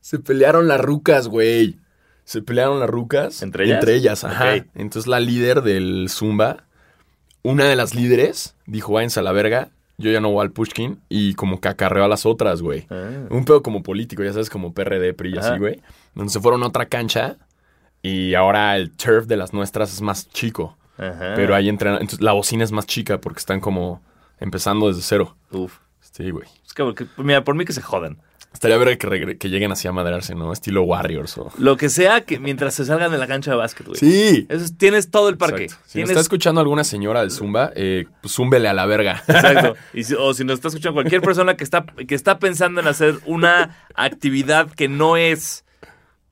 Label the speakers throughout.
Speaker 1: Se pelearon las rucas, güey. Se pelearon las rucas.
Speaker 2: ¿Entre ellas?
Speaker 1: Entre ellas, ajá.
Speaker 2: Ok.
Speaker 1: Entonces la líder del Zumba, una de las líderes, dijo, váyanse a la verga, yo ya no voy al Pushkin. Y como que acarreó a las otras, güey.
Speaker 2: Ah.
Speaker 1: Un pedo como político, ya sabes, como PRD, PRI y
Speaker 2: Ajá.
Speaker 1: así, güey. Donde se fueron a otra cancha y ahora el turf de las nuestras es más chico.
Speaker 2: Ajá.
Speaker 1: Pero ahí entrenan... Entonces la bocina es más chica porque están como empezando desde cero.
Speaker 2: Uf.
Speaker 1: Sí, güey.
Speaker 2: Es que, que- mira, por mí que se jodan.
Speaker 1: Estaría ver que, regre- que lleguen así a madrarse, ¿no? Estilo Warriors o...
Speaker 2: Lo que sea que mientras se salgan de la cancha de básquet, güey.
Speaker 1: Sí.
Speaker 2: Eso es- tienes todo el parque.
Speaker 1: Exacto. Si nos
Speaker 2: Tienes-
Speaker 1: está escuchando alguna señora del Zumba, eh, pues zúmbele a la verga.
Speaker 2: Exacto. Y si- o si nos está escuchando cualquier persona que está, que está pensando en hacer una actividad que no es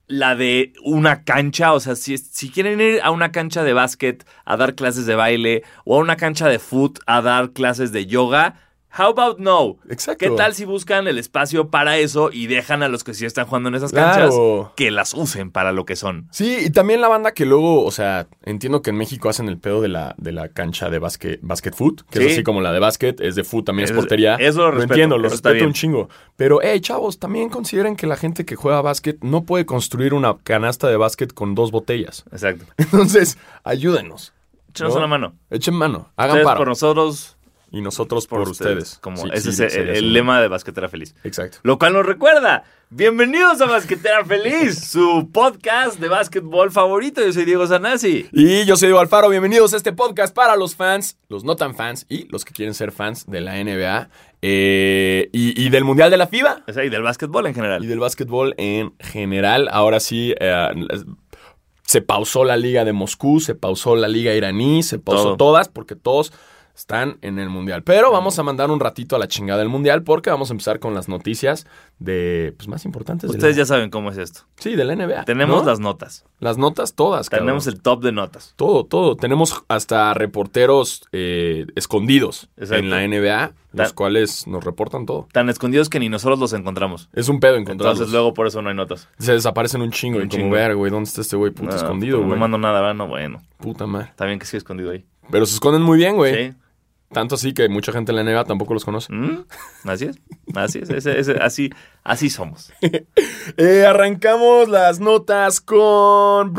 Speaker 2: la de una cancha, o sea, si, si quieren ir a una cancha de básquet a dar clases de baile o a una cancha de foot a dar clases de yoga, how about no?
Speaker 1: Exacto.
Speaker 2: ¿Qué tal si buscan el espacio para eso y dejan a los que sí están jugando en esas canchas
Speaker 1: Claro.
Speaker 2: que las usen para lo que son?
Speaker 1: Sí, y también la banda que luego, o sea, entiendo que en México hacen el pedo de la, de la cancha de básquet, básquet foot, que
Speaker 2: Sí.
Speaker 1: es así como la de básquet, es de foot, también es,
Speaker 2: Es-
Speaker 1: portería.
Speaker 2: eso lo respeto,
Speaker 1: entiendo, lo
Speaker 2: eso está
Speaker 1: respeto
Speaker 2: bien.
Speaker 1: un chingo. Pero, hey, chavos, también consideren que la gente que juega básquet no puede construir una canasta de básquet con dos botellas.
Speaker 2: Exacto.
Speaker 1: Entonces, ayúdenos.
Speaker 2: Échenos
Speaker 1: ¿No?
Speaker 2: una mano.
Speaker 1: Echen mano, hagan
Speaker 2: Ustedes
Speaker 1: paro.
Speaker 2: por nosotros,
Speaker 1: y nosotros por, ustedes.
Speaker 2: Como
Speaker 1: Sí,
Speaker 2: ese
Speaker 1: sí,
Speaker 2: es el,
Speaker 1: sería
Speaker 2: el
Speaker 1: así.
Speaker 2: lema de Basquetera Feliz.
Speaker 1: Exacto.
Speaker 2: Lo cual nos recuerda, bienvenidos a Basquetera Feliz, su podcast de básquetbol favorito. Yo soy Diego Sanasi.
Speaker 1: Y yo soy Diego Alfaro, bienvenidos a este podcast para los fans, los no tan fans y los que quieren ser fans de la NBA eh, y, y del Mundial de la FIBA
Speaker 2: O sea, y del básquetbol en
Speaker 1: y
Speaker 2: general.
Speaker 1: del básquetbol en general. Ahora sí, eh, se pausó la liga de Moscú, se pausó la liga iraní, se pausó
Speaker 2: Todo.
Speaker 1: todas porque todos están en el Mundial. Pero vamos a mandar un ratito a la chingada del Mundial porque vamos a empezar con las noticias de pues, más importantes. de
Speaker 2: Ustedes
Speaker 1: la-
Speaker 2: ya saben cómo es esto.
Speaker 1: Sí, de la NBA.
Speaker 2: Tenemos
Speaker 1: ¿no?
Speaker 2: las notas.
Speaker 1: Las notas todas. cabrón.
Speaker 2: Tenemos el top de notas.
Speaker 1: Todo, todo. Tenemos hasta reporteros eh, escondidos
Speaker 2: Exacto.
Speaker 1: en la NBA, los
Speaker 2: Ta-
Speaker 1: cuales nos reportan todo.
Speaker 2: Tan escondidos que ni nosotros los encontramos.
Speaker 1: Es un pedo encontrarlos.
Speaker 2: Entonces luego por eso no hay notas.
Speaker 1: Se desaparecen un chingo.
Speaker 2: Un
Speaker 1: y como,
Speaker 2: chingo.
Speaker 1: ver, güey, ¿dónde está este güey? Puta
Speaker 2: No,
Speaker 1: escondido,
Speaker 2: Ah, No
Speaker 1: güey.
Speaker 2: mando nada, ¿verdad? No, bueno.
Speaker 1: Puta madre.
Speaker 2: Está bien que sigue escondido ahí.
Speaker 1: Pero se esconden muy bien, güey.
Speaker 2: Sí.
Speaker 1: Tanto así que mucha gente en la NBA tampoco los conoce.
Speaker 2: ¿Mm? Así es. Así es. Ese- ese- así, así somos.
Speaker 1: Eh, arrancamos las notas con.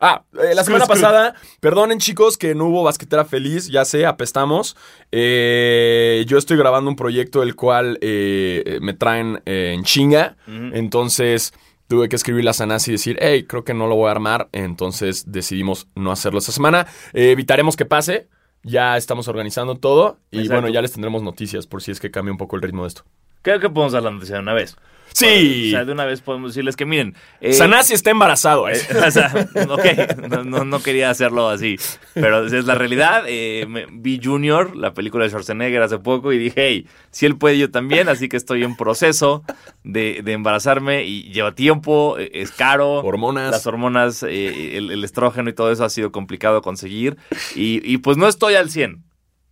Speaker 1: Ah, eh, la semana pasada, perdonen chicos que no hubo basquetera feliz, ya sé, apestamos. Eh, yo estoy grabando un proyecto el cual eh, me traen eh, en chinga,
Speaker 2: Ujú.
Speaker 1: entonces tuve que escribirle a Sanasi y decir, hey, creo que no lo voy a armar, entonces decidimos no hacerlo esta semana. Eh, evitaremos que pase, ya estamos organizando todo y
Speaker 2: Exacto.
Speaker 1: bueno, ya les tendremos noticias por si es que cambia un poco el ritmo de esto.
Speaker 2: Creo que podemos dar la noticia de una vez.
Speaker 1: Sí.
Speaker 2: O sea, de una vez podemos decirles que miren. eh,
Speaker 1: Sanasi está embarazado. eh.
Speaker 2: eh, o sea, ok, no, no- no quería hacerlo así, pero esa es la realidad. Eh, me- vi Junior, la película de Schwarzenegger hace poco, y dije, hey, si él puede, yo también, así que estoy en proceso de, de embarazarme y lleva tiempo, eh, es caro.
Speaker 1: Hormonas.
Speaker 2: Las hormonas, eh, el, el estrógeno y todo eso ha sido complicado conseguir, y, y pues no estoy al 100.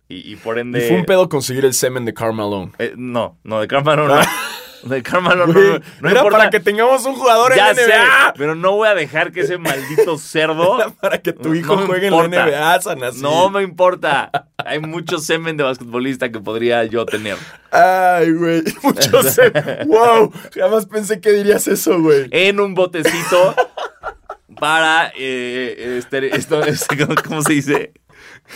Speaker 2: Y, y por
Speaker 1: Y
Speaker 2: ende...
Speaker 1: fue un pedo conseguir el semen de Karl Malone.
Speaker 2: eh, no, no, de Karma no, no. De Karma no,
Speaker 1: Ah.
Speaker 2: no,
Speaker 1: Güey,
Speaker 2: no, no
Speaker 1: era
Speaker 2: importa.
Speaker 1: para que tengamos un jugador
Speaker 2: Ya
Speaker 1: en la
Speaker 2: sé,
Speaker 1: NBA.
Speaker 2: pero no voy a dejar que ese maldito cerdo.
Speaker 1: Era para que tu hijo
Speaker 2: No me
Speaker 1: juegue en
Speaker 2: importa.
Speaker 1: la NBA, Sanasi.
Speaker 2: No me importa. Hay mucho semen de basquetbolista que podría yo tener.
Speaker 1: Ay, güey. Mucho se... Wow. Jamás pensé que dirías eso, güey.
Speaker 2: En un botecito para. eh, este- esto- este- ¿cómo, cómo se dice?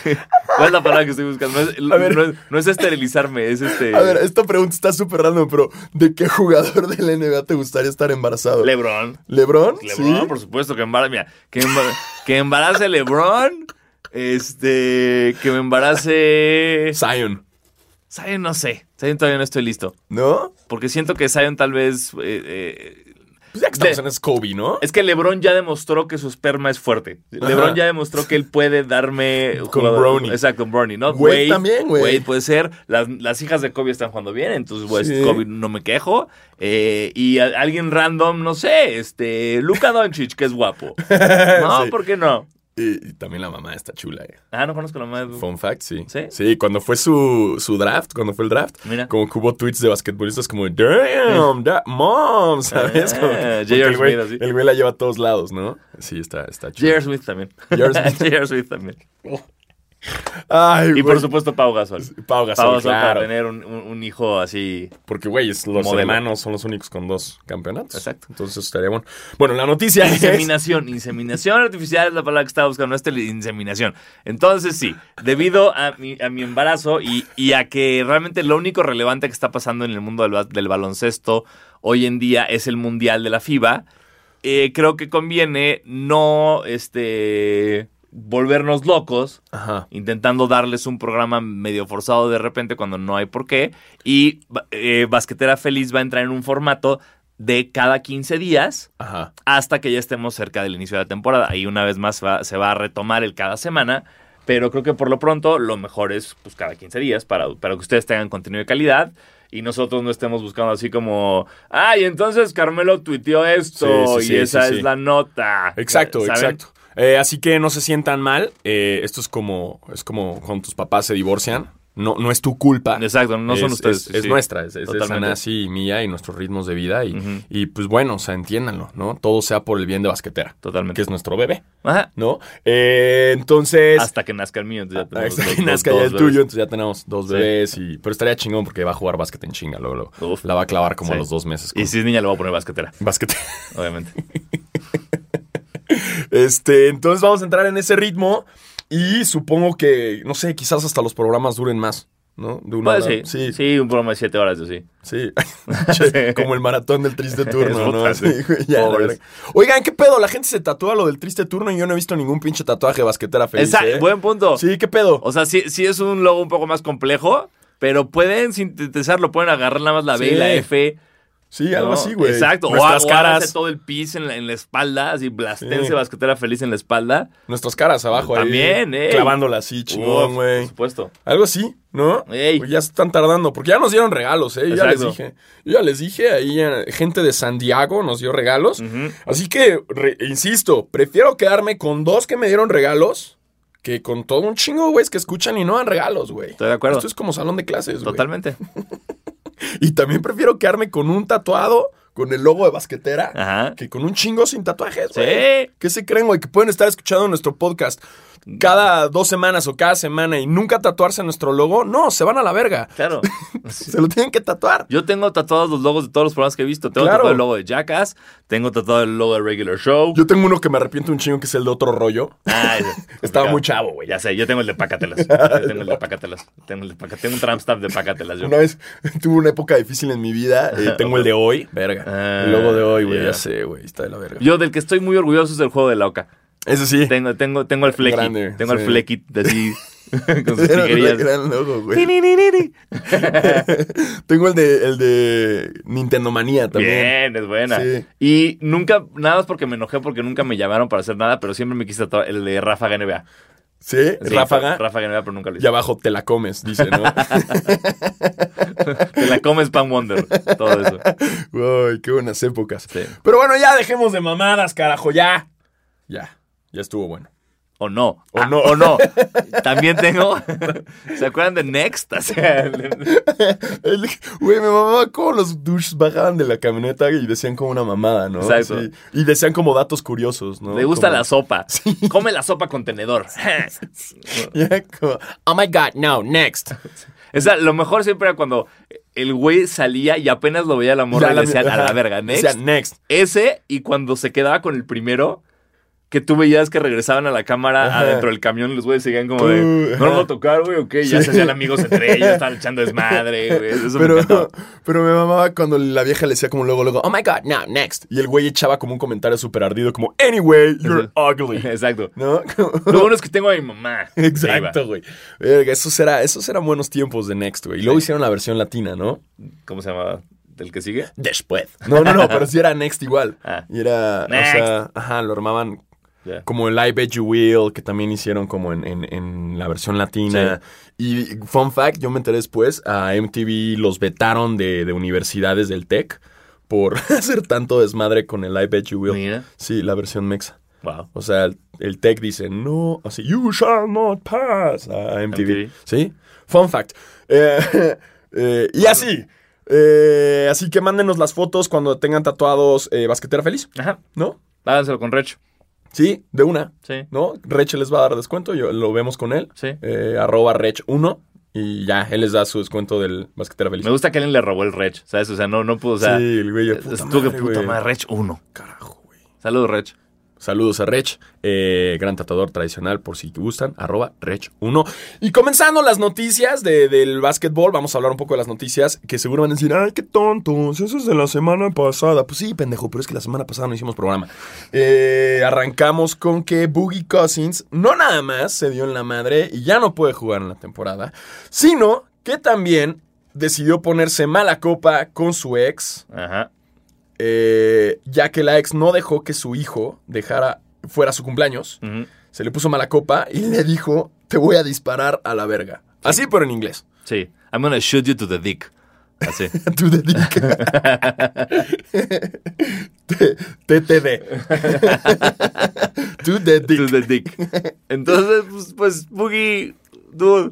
Speaker 2: ¿Cuál es la palabra que estoy buscando? No es,
Speaker 1: A ver.
Speaker 2: no es- no es esterilizarme, es este.
Speaker 1: A ver, esta pregunta está súper random, pero ¿de qué jugador de la NBA te gustaría estar embarazado?
Speaker 2: Lebron.
Speaker 1: ¿Lebron?
Speaker 2: LeBron, por supuesto, que embarace. Mira, que, embar- que embarace LeBron. Este. Que me embarace.
Speaker 1: ¿Sí? Zion.
Speaker 2: Zion, no sé. Zion todavía no estoy listo.
Speaker 1: ¿No? Pues
Speaker 2: Porque siento que Zion tal vez. eh, eh,
Speaker 1: ya que estamos
Speaker 2: de-
Speaker 1: en Scobie, ¿no?
Speaker 2: es que LeBron ya demostró que su esperma es fuerte. LeBron
Speaker 1: Ajá.
Speaker 2: ya demostró que él puede darme.
Speaker 1: Con
Speaker 2: jugador-
Speaker 1: Bronny.
Speaker 2: Exacto, con Bronny, ¿no?
Speaker 1: Wade
Speaker 2: Wade,
Speaker 1: también, güey.
Speaker 2: Wade puede ser. Las, las hijas de Kobe están jugando bien, entonces, pues,
Speaker 1: Sí.
Speaker 2: Kobe no me quejo. Eh, y a- alguien random, no sé, este. Luka Doncic, que es guapo. No,
Speaker 1: Sí.
Speaker 2: ¿por qué no?
Speaker 1: Y, y también la mamá está chula, eh.
Speaker 2: Ah, no conozco la madre.
Speaker 1: Fun fact, sí.
Speaker 2: ¿Sí?
Speaker 1: cuando fue su, su draft, cuando fue el draft,
Speaker 2: Mira.
Speaker 1: como que hubo tweets de basquetbolistas como, damn, that mom, ¿sabes?
Speaker 2: Ah,
Speaker 1: Como que- porque
Speaker 2: J.R.
Speaker 1: el güey-
Speaker 2: Smith, así.
Speaker 1: El güey la lleva a todos lados, ¿no? Sí, está, está chido.
Speaker 2: J.R. Smith también.
Speaker 1: J.R. Smith.
Speaker 2: J.R. Smith también.
Speaker 1: Ay,
Speaker 2: Y
Speaker 1: güey.
Speaker 2: por supuesto Pau Gasol.
Speaker 1: Pau Gasol,
Speaker 2: Pau Gasol
Speaker 1: claro.
Speaker 2: para tener un, un- un hijo así.
Speaker 1: Porque, güey, es- los
Speaker 2: Modelo.
Speaker 1: hermanos son los únicos con dos campeonatos.
Speaker 2: Exacto.
Speaker 1: Entonces estaría bueno. Bueno, la noticia es...
Speaker 2: Inseminación. Inseminación artificial es la palabra que estaba buscando, no es tele- inseminación. Entonces, sí, debido a mi, a mi embarazo y, y a que realmente lo único relevante que está pasando en el mundo del, ba- del baloncesto hoy en día es el Mundial de la FIBA, eh, creo que conviene no este, volvernos locos
Speaker 1: Ajá.
Speaker 2: intentando darles un programa medio forzado de repente cuando no hay por qué. Y ba- eh, Basquetera Feliz va a entrar en un formato de cada 15 días
Speaker 1: Ajá.
Speaker 2: hasta que ya estemos cerca del inicio de la temporada. Ahí una vez más va- se va a retomar el cada semana. Pero creo que por lo pronto lo mejor es pues, cada 15 días para, para que ustedes tengan contenido de calidad y nosotros no estemos buscando así como, ay, entonces Carmelo tuiteó esto
Speaker 1: Sí, sí, sí,
Speaker 2: y esa
Speaker 1: sí,
Speaker 2: es
Speaker 1: sí.
Speaker 2: la nota.
Speaker 1: Exacto,
Speaker 2: ¿Saben?
Speaker 1: exacto. Eh, así que no se sientan mal. Eh, esto es como, es como cuando tus papás se divorcian. No, no es tu culpa.
Speaker 2: Exacto, no son
Speaker 1: Es-
Speaker 2: ustedes.
Speaker 1: Es, es
Speaker 2: sí.
Speaker 1: nuestra, es, es de
Speaker 2: Totalmente.
Speaker 1: Sanasi y mía y nuestros ritmos de vida. Y,
Speaker 2: Ujú.
Speaker 1: y, pues bueno, o sea, entiéndanlo, ¿no? Todo sea por el bien de basquetera, que
Speaker 2: Totalmente.
Speaker 1: es nuestro bebé,
Speaker 2: Ajá.
Speaker 1: ¿no? Eh, entonces.
Speaker 2: Hasta que nazca el mío. entonces ya tenemos
Speaker 1: Ah, hasta
Speaker 2: dos-
Speaker 1: que
Speaker 2: dos-
Speaker 1: nazca ya
Speaker 2: dos
Speaker 1: el
Speaker 2: bebés.
Speaker 1: tuyo, entonces ya tenemos dos
Speaker 2: Sí.
Speaker 1: bebés. Y, pero estaría chingón porque va a jugar básquet en chinga, luego, luego.
Speaker 2: Uf.
Speaker 1: La va a clavar como
Speaker 2: Sí.
Speaker 1: a los dos meses. con
Speaker 2: Y si es niña, le voy a poner basquetera,
Speaker 1: Básquet.
Speaker 2: obviamente.
Speaker 1: Este, entonces vamos a entrar en ese ritmo y supongo que, no sé, quizás hasta los programas duren más, ¿no? De una
Speaker 2: Pues
Speaker 1: hora.
Speaker 2: sí, sí. un programa de 7 horas, yo sí.
Speaker 1: Sí, Che, como el maratón del triste turno, ¿no?
Speaker 2: Puta, sí.
Speaker 1: Sí, güey, ya, la
Speaker 2: Pobres.
Speaker 1: verga. Oigan, ¿qué pedo? La gente se tatúa lo del triste turno y yo no he visto ningún pinche tatuaje de basquetera feliz.
Speaker 2: Esa-
Speaker 1: ¿eh?
Speaker 2: Buen punto.
Speaker 1: Sí, ¿qué pedo?
Speaker 2: O sea, sí, sí es un logo un poco más complejo, pero pueden sintetizarlo, pueden agarrar nada más la B y la
Speaker 1: Sí.
Speaker 2: F.
Speaker 1: Sí, algo
Speaker 2: ¿no?
Speaker 1: así, güey.
Speaker 2: Exacto. O, a-
Speaker 1: Nuestras
Speaker 2: o háganse
Speaker 1: caras,
Speaker 2: todo el pis en la, en la espalda, así blastense
Speaker 1: Sí.
Speaker 2: basquetera feliz en la espalda.
Speaker 1: nuestras caras abajo
Speaker 2: También,
Speaker 1: ahí.
Speaker 2: ¿eh?
Speaker 1: Clavándola así,
Speaker 2: Uf,
Speaker 1: chingón,
Speaker 2: Por
Speaker 1: güey.
Speaker 2: supuesto.
Speaker 1: Algo así, ¿no?
Speaker 2: Ey.
Speaker 1: Pues Ya se están tardando, porque ya nos dieron regalos, ¿eh? Yo Ya les
Speaker 2: Exacto.
Speaker 1: dije. Yo ya les dije, ahí eh, gente de San Diego nos dio regalos.
Speaker 2: Ujú.
Speaker 1: Así que, re- insisto, prefiero quedarme con dos que me dieron regalos que con todo un chingo, güey, que escuchan y no dan regalos, güey.
Speaker 2: Estoy de acuerdo.
Speaker 1: Esto es como salón de clases, güey.
Speaker 2: Totalmente.
Speaker 1: Y también prefiero quedarme con un tatuado, con el logo de basquetera,
Speaker 2: Ajá.
Speaker 1: que con un chingo sin tatuajes,
Speaker 2: Sí.
Speaker 1: güey. ¿Qué se creen, güey? Que pueden estar escuchando nuestro podcast cada dos semanas o cada semana y nunca tatuarse nuestro logo. No, se van a la verga.
Speaker 2: Claro.
Speaker 1: Se lo tienen que tatuar.
Speaker 2: Yo tengo tatuados los logos de todos los programas que he visto. Tengo
Speaker 1: Claro.
Speaker 2: tatuado el logo de Jackass, tengo tatuado el logo de Regular Show.
Speaker 1: Yo tengo uno que me arrepiento un chingo, que es el de otro rollo.
Speaker 2: Ah, ese.
Speaker 1: Estaba
Speaker 2: Complicado.
Speaker 1: muy chavo, güey.
Speaker 2: Ya sé, yo tengo el de Pacatelas. Yo tengo el de Pacatelas. Tengo, el de Paca- tengo un tramp stamp de Pacatelas. yo.
Speaker 1: Una vez tuve una época difícil en mi vida. eh, tengo el de hoy. Verga.
Speaker 2: Ah,
Speaker 1: el logo de hoy, güey.
Speaker 2: ya.
Speaker 1: Ya sé, güey. Está de la verga.
Speaker 2: Yo del que estoy muy orgulloso es del juego de la Oca.
Speaker 1: Ese sí.
Speaker 2: Tengo, tengo, tengo el flequi.
Speaker 1: Grande,
Speaker 2: tengo el
Speaker 1: sí.
Speaker 2: flequi de así. con sus
Speaker 1: Era un
Speaker 2: tijerillas.
Speaker 1: gran logo, güey.
Speaker 2: Tiririri.
Speaker 1: tengo el de, el de Nintendo Manía también.
Speaker 2: Bien, es buena.
Speaker 1: Sí.
Speaker 2: Y nunca, nada más porque me enojé, porque nunca me llamaron para hacer nada, pero siempre me quise tatuar el de Ráfaga NBA.
Speaker 1: ¿Sí?
Speaker 2: Sí,
Speaker 1: Ráfaga.
Speaker 2: Ráfaga NBA, pero nunca lo
Speaker 1: Y
Speaker 2: hice.
Speaker 1: abajo te la comes, dice, ¿no?
Speaker 2: Te la comes Pan Wonder. Todo eso.
Speaker 1: Uy, qué buenas épocas.
Speaker 2: Sí.
Speaker 1: Pero bueno, ya dejemos de mamadas, carajo, ya. Ya, ya estuvo bueno.
Speaker 2: O no.
Speaker 1: O no.
Speaker 2: O no. También tengo. ¿Se acuerdan de Next? O sea, el-
Speaker 1: El- Güey, me mamaba cómo los douches bajaban de la camioneta y decían como una mamada, ¿no?
Speaker 2: Exacto.
Speaker 1: Sí. Y decían como datos curiosos, ¿no?
Speaker 2: le gusta
Speaker 1: Como-
Speaker 2: la sopa. Come la sopa con tenedor.
Speaker 1: Ya, como, oh my God, no, next.
Speaker 2: O sea, lo mejor siempre era cuando el güey salía y apenas lo veía la morra
Speaker 1: Ya
Speaker 2: y
Speaker 1: la-
Speaker 2: le decían a la
Speaker 1: ajá.
Speaker 2: verga, next.
Speaker 1: Decían, next.
Speaker 2: Ese, y cuando se quedaba con el primero, que tú veías que regresaban a la cámara
Speaker 1: Ajá.
Speaker 2: adentro del camión, los güeyes seguían como de,
Speaker 1: Uh,
Speaker 2: no lo voy
Speaker 1: ajá.
Speaker 2: a tocar, güey, ok, ya se hacían amigos entre ellos, estaban echando desmadre, güey. Eso me
Speaker 1: Pero,
Speaker 2: encantaba.
Speaker 1: pero me mamaba cuando la vieja le decía como luego, luego, oh my God, no, next. Y el güey echaba como un comentario súper ardido, como, anyway, you're ugly.
Speaker 2: Exacto.
Speaker 1: ¿No? Como-
Speaker 2: Lo bueno es que tengo a mi mamá.
Speaker 1: Exacto, güey. Verga, esos, era, esos eran buenos tiempos de Next, güey. Y luego hicieron la versión latina, ¿no?
Speaker 2: Ahí va. ¿Cómo se llamaba? ¿Del que sigue?
Speaker 1: Después. No, no, no, pero sí era Next igual.
Speaker 2: Ah.
Speaker 1: Y era,
Speaker 2: Next.
Speaker 1: o sea, ajá, lo armaban
Speaker 2: Ya.
Speaker 1: como el I Bet You Will, que también hicieron como en, en- en la versión latina. Y fun fact, yo me enteré después, a MTV los vetaron de, de universidades del TEC por hacer tanto desmadre con el I Bet You Will.
Speaker 2: Mira.
Speaker 1: Sí, la versión mexa.
Speaker 2: Wow.
Speaker 1: O sea, el, el tech dice, no, así, you shall not pass a MTV.
Speaker 2: MTV.
Speaker 1: ¿Sí? Fun fact. Eh, eh, y así. Eh, así que mándenos las fotos cuando tengan tatuados eh, basquetera feliz,
Speaker 2: Ajá.
Speaker 1: ¿no?
Speaker 2: Háganselo con Recho.
Speaker 1: Sí, de una.
Speaker 2: Sí.
Speaker 1: ¿No? Rech les va a dar descuento, yo, lo vemos con él.
Speaker 2: Sí.
Speaker 1: Eh, arroba Rech1 y ya, él les da su descuento del basquetera feliz.
Speaker 2: Me gusta que alguien le robó el Rech, ¿sabes? O sea, no, no pudo, o sea,
Speaker 1: sí, el güey, de puta
Speaker 2: estuvo que
Speaker 1: madre,
Speaker 2: puta
Speaker 1: güey.
Speaker 2: madre, Rech 1.
Speaker 1: Carajo, güey.
Speaker 2: Saludos, Rech.
Speaker 1: Saludos a Rech, eh, gran tratador tradicional, por si gustan, arroba Rech1. Y comenzando las noticias de- del básquetbol, vamos a hablar un poco de las noticias que seguro van a decir, ¡ay, qué tontos! Eso es de la semana pasada. Pues sí, pendejo, pero es que la semana pasada no hicimos programa. Eh, arrancamos con que Boogie Cousins no nada más se dio en la madre y ya no puede jugar en la temporada, sino que también decidió ponerse mala copa con su ex
Speaker 2: Ajá.
Speaker 1: eh, ya que la ex no dejó que su hijo dejara fuera su cumpleaños,
Speaker 2: Ujú.
Speaker 1: se le puso mala copa y le dijo, te voy a disparar a la verga. Así, pero en inglés.
Speaker 2: Sí. I'm gonna shoot you to the dick. Así.
Speaker 1: To the dick. T- TTD. To the dick.
Speaker 2: To the dick. Entonces, pues, pues Boogie, dude,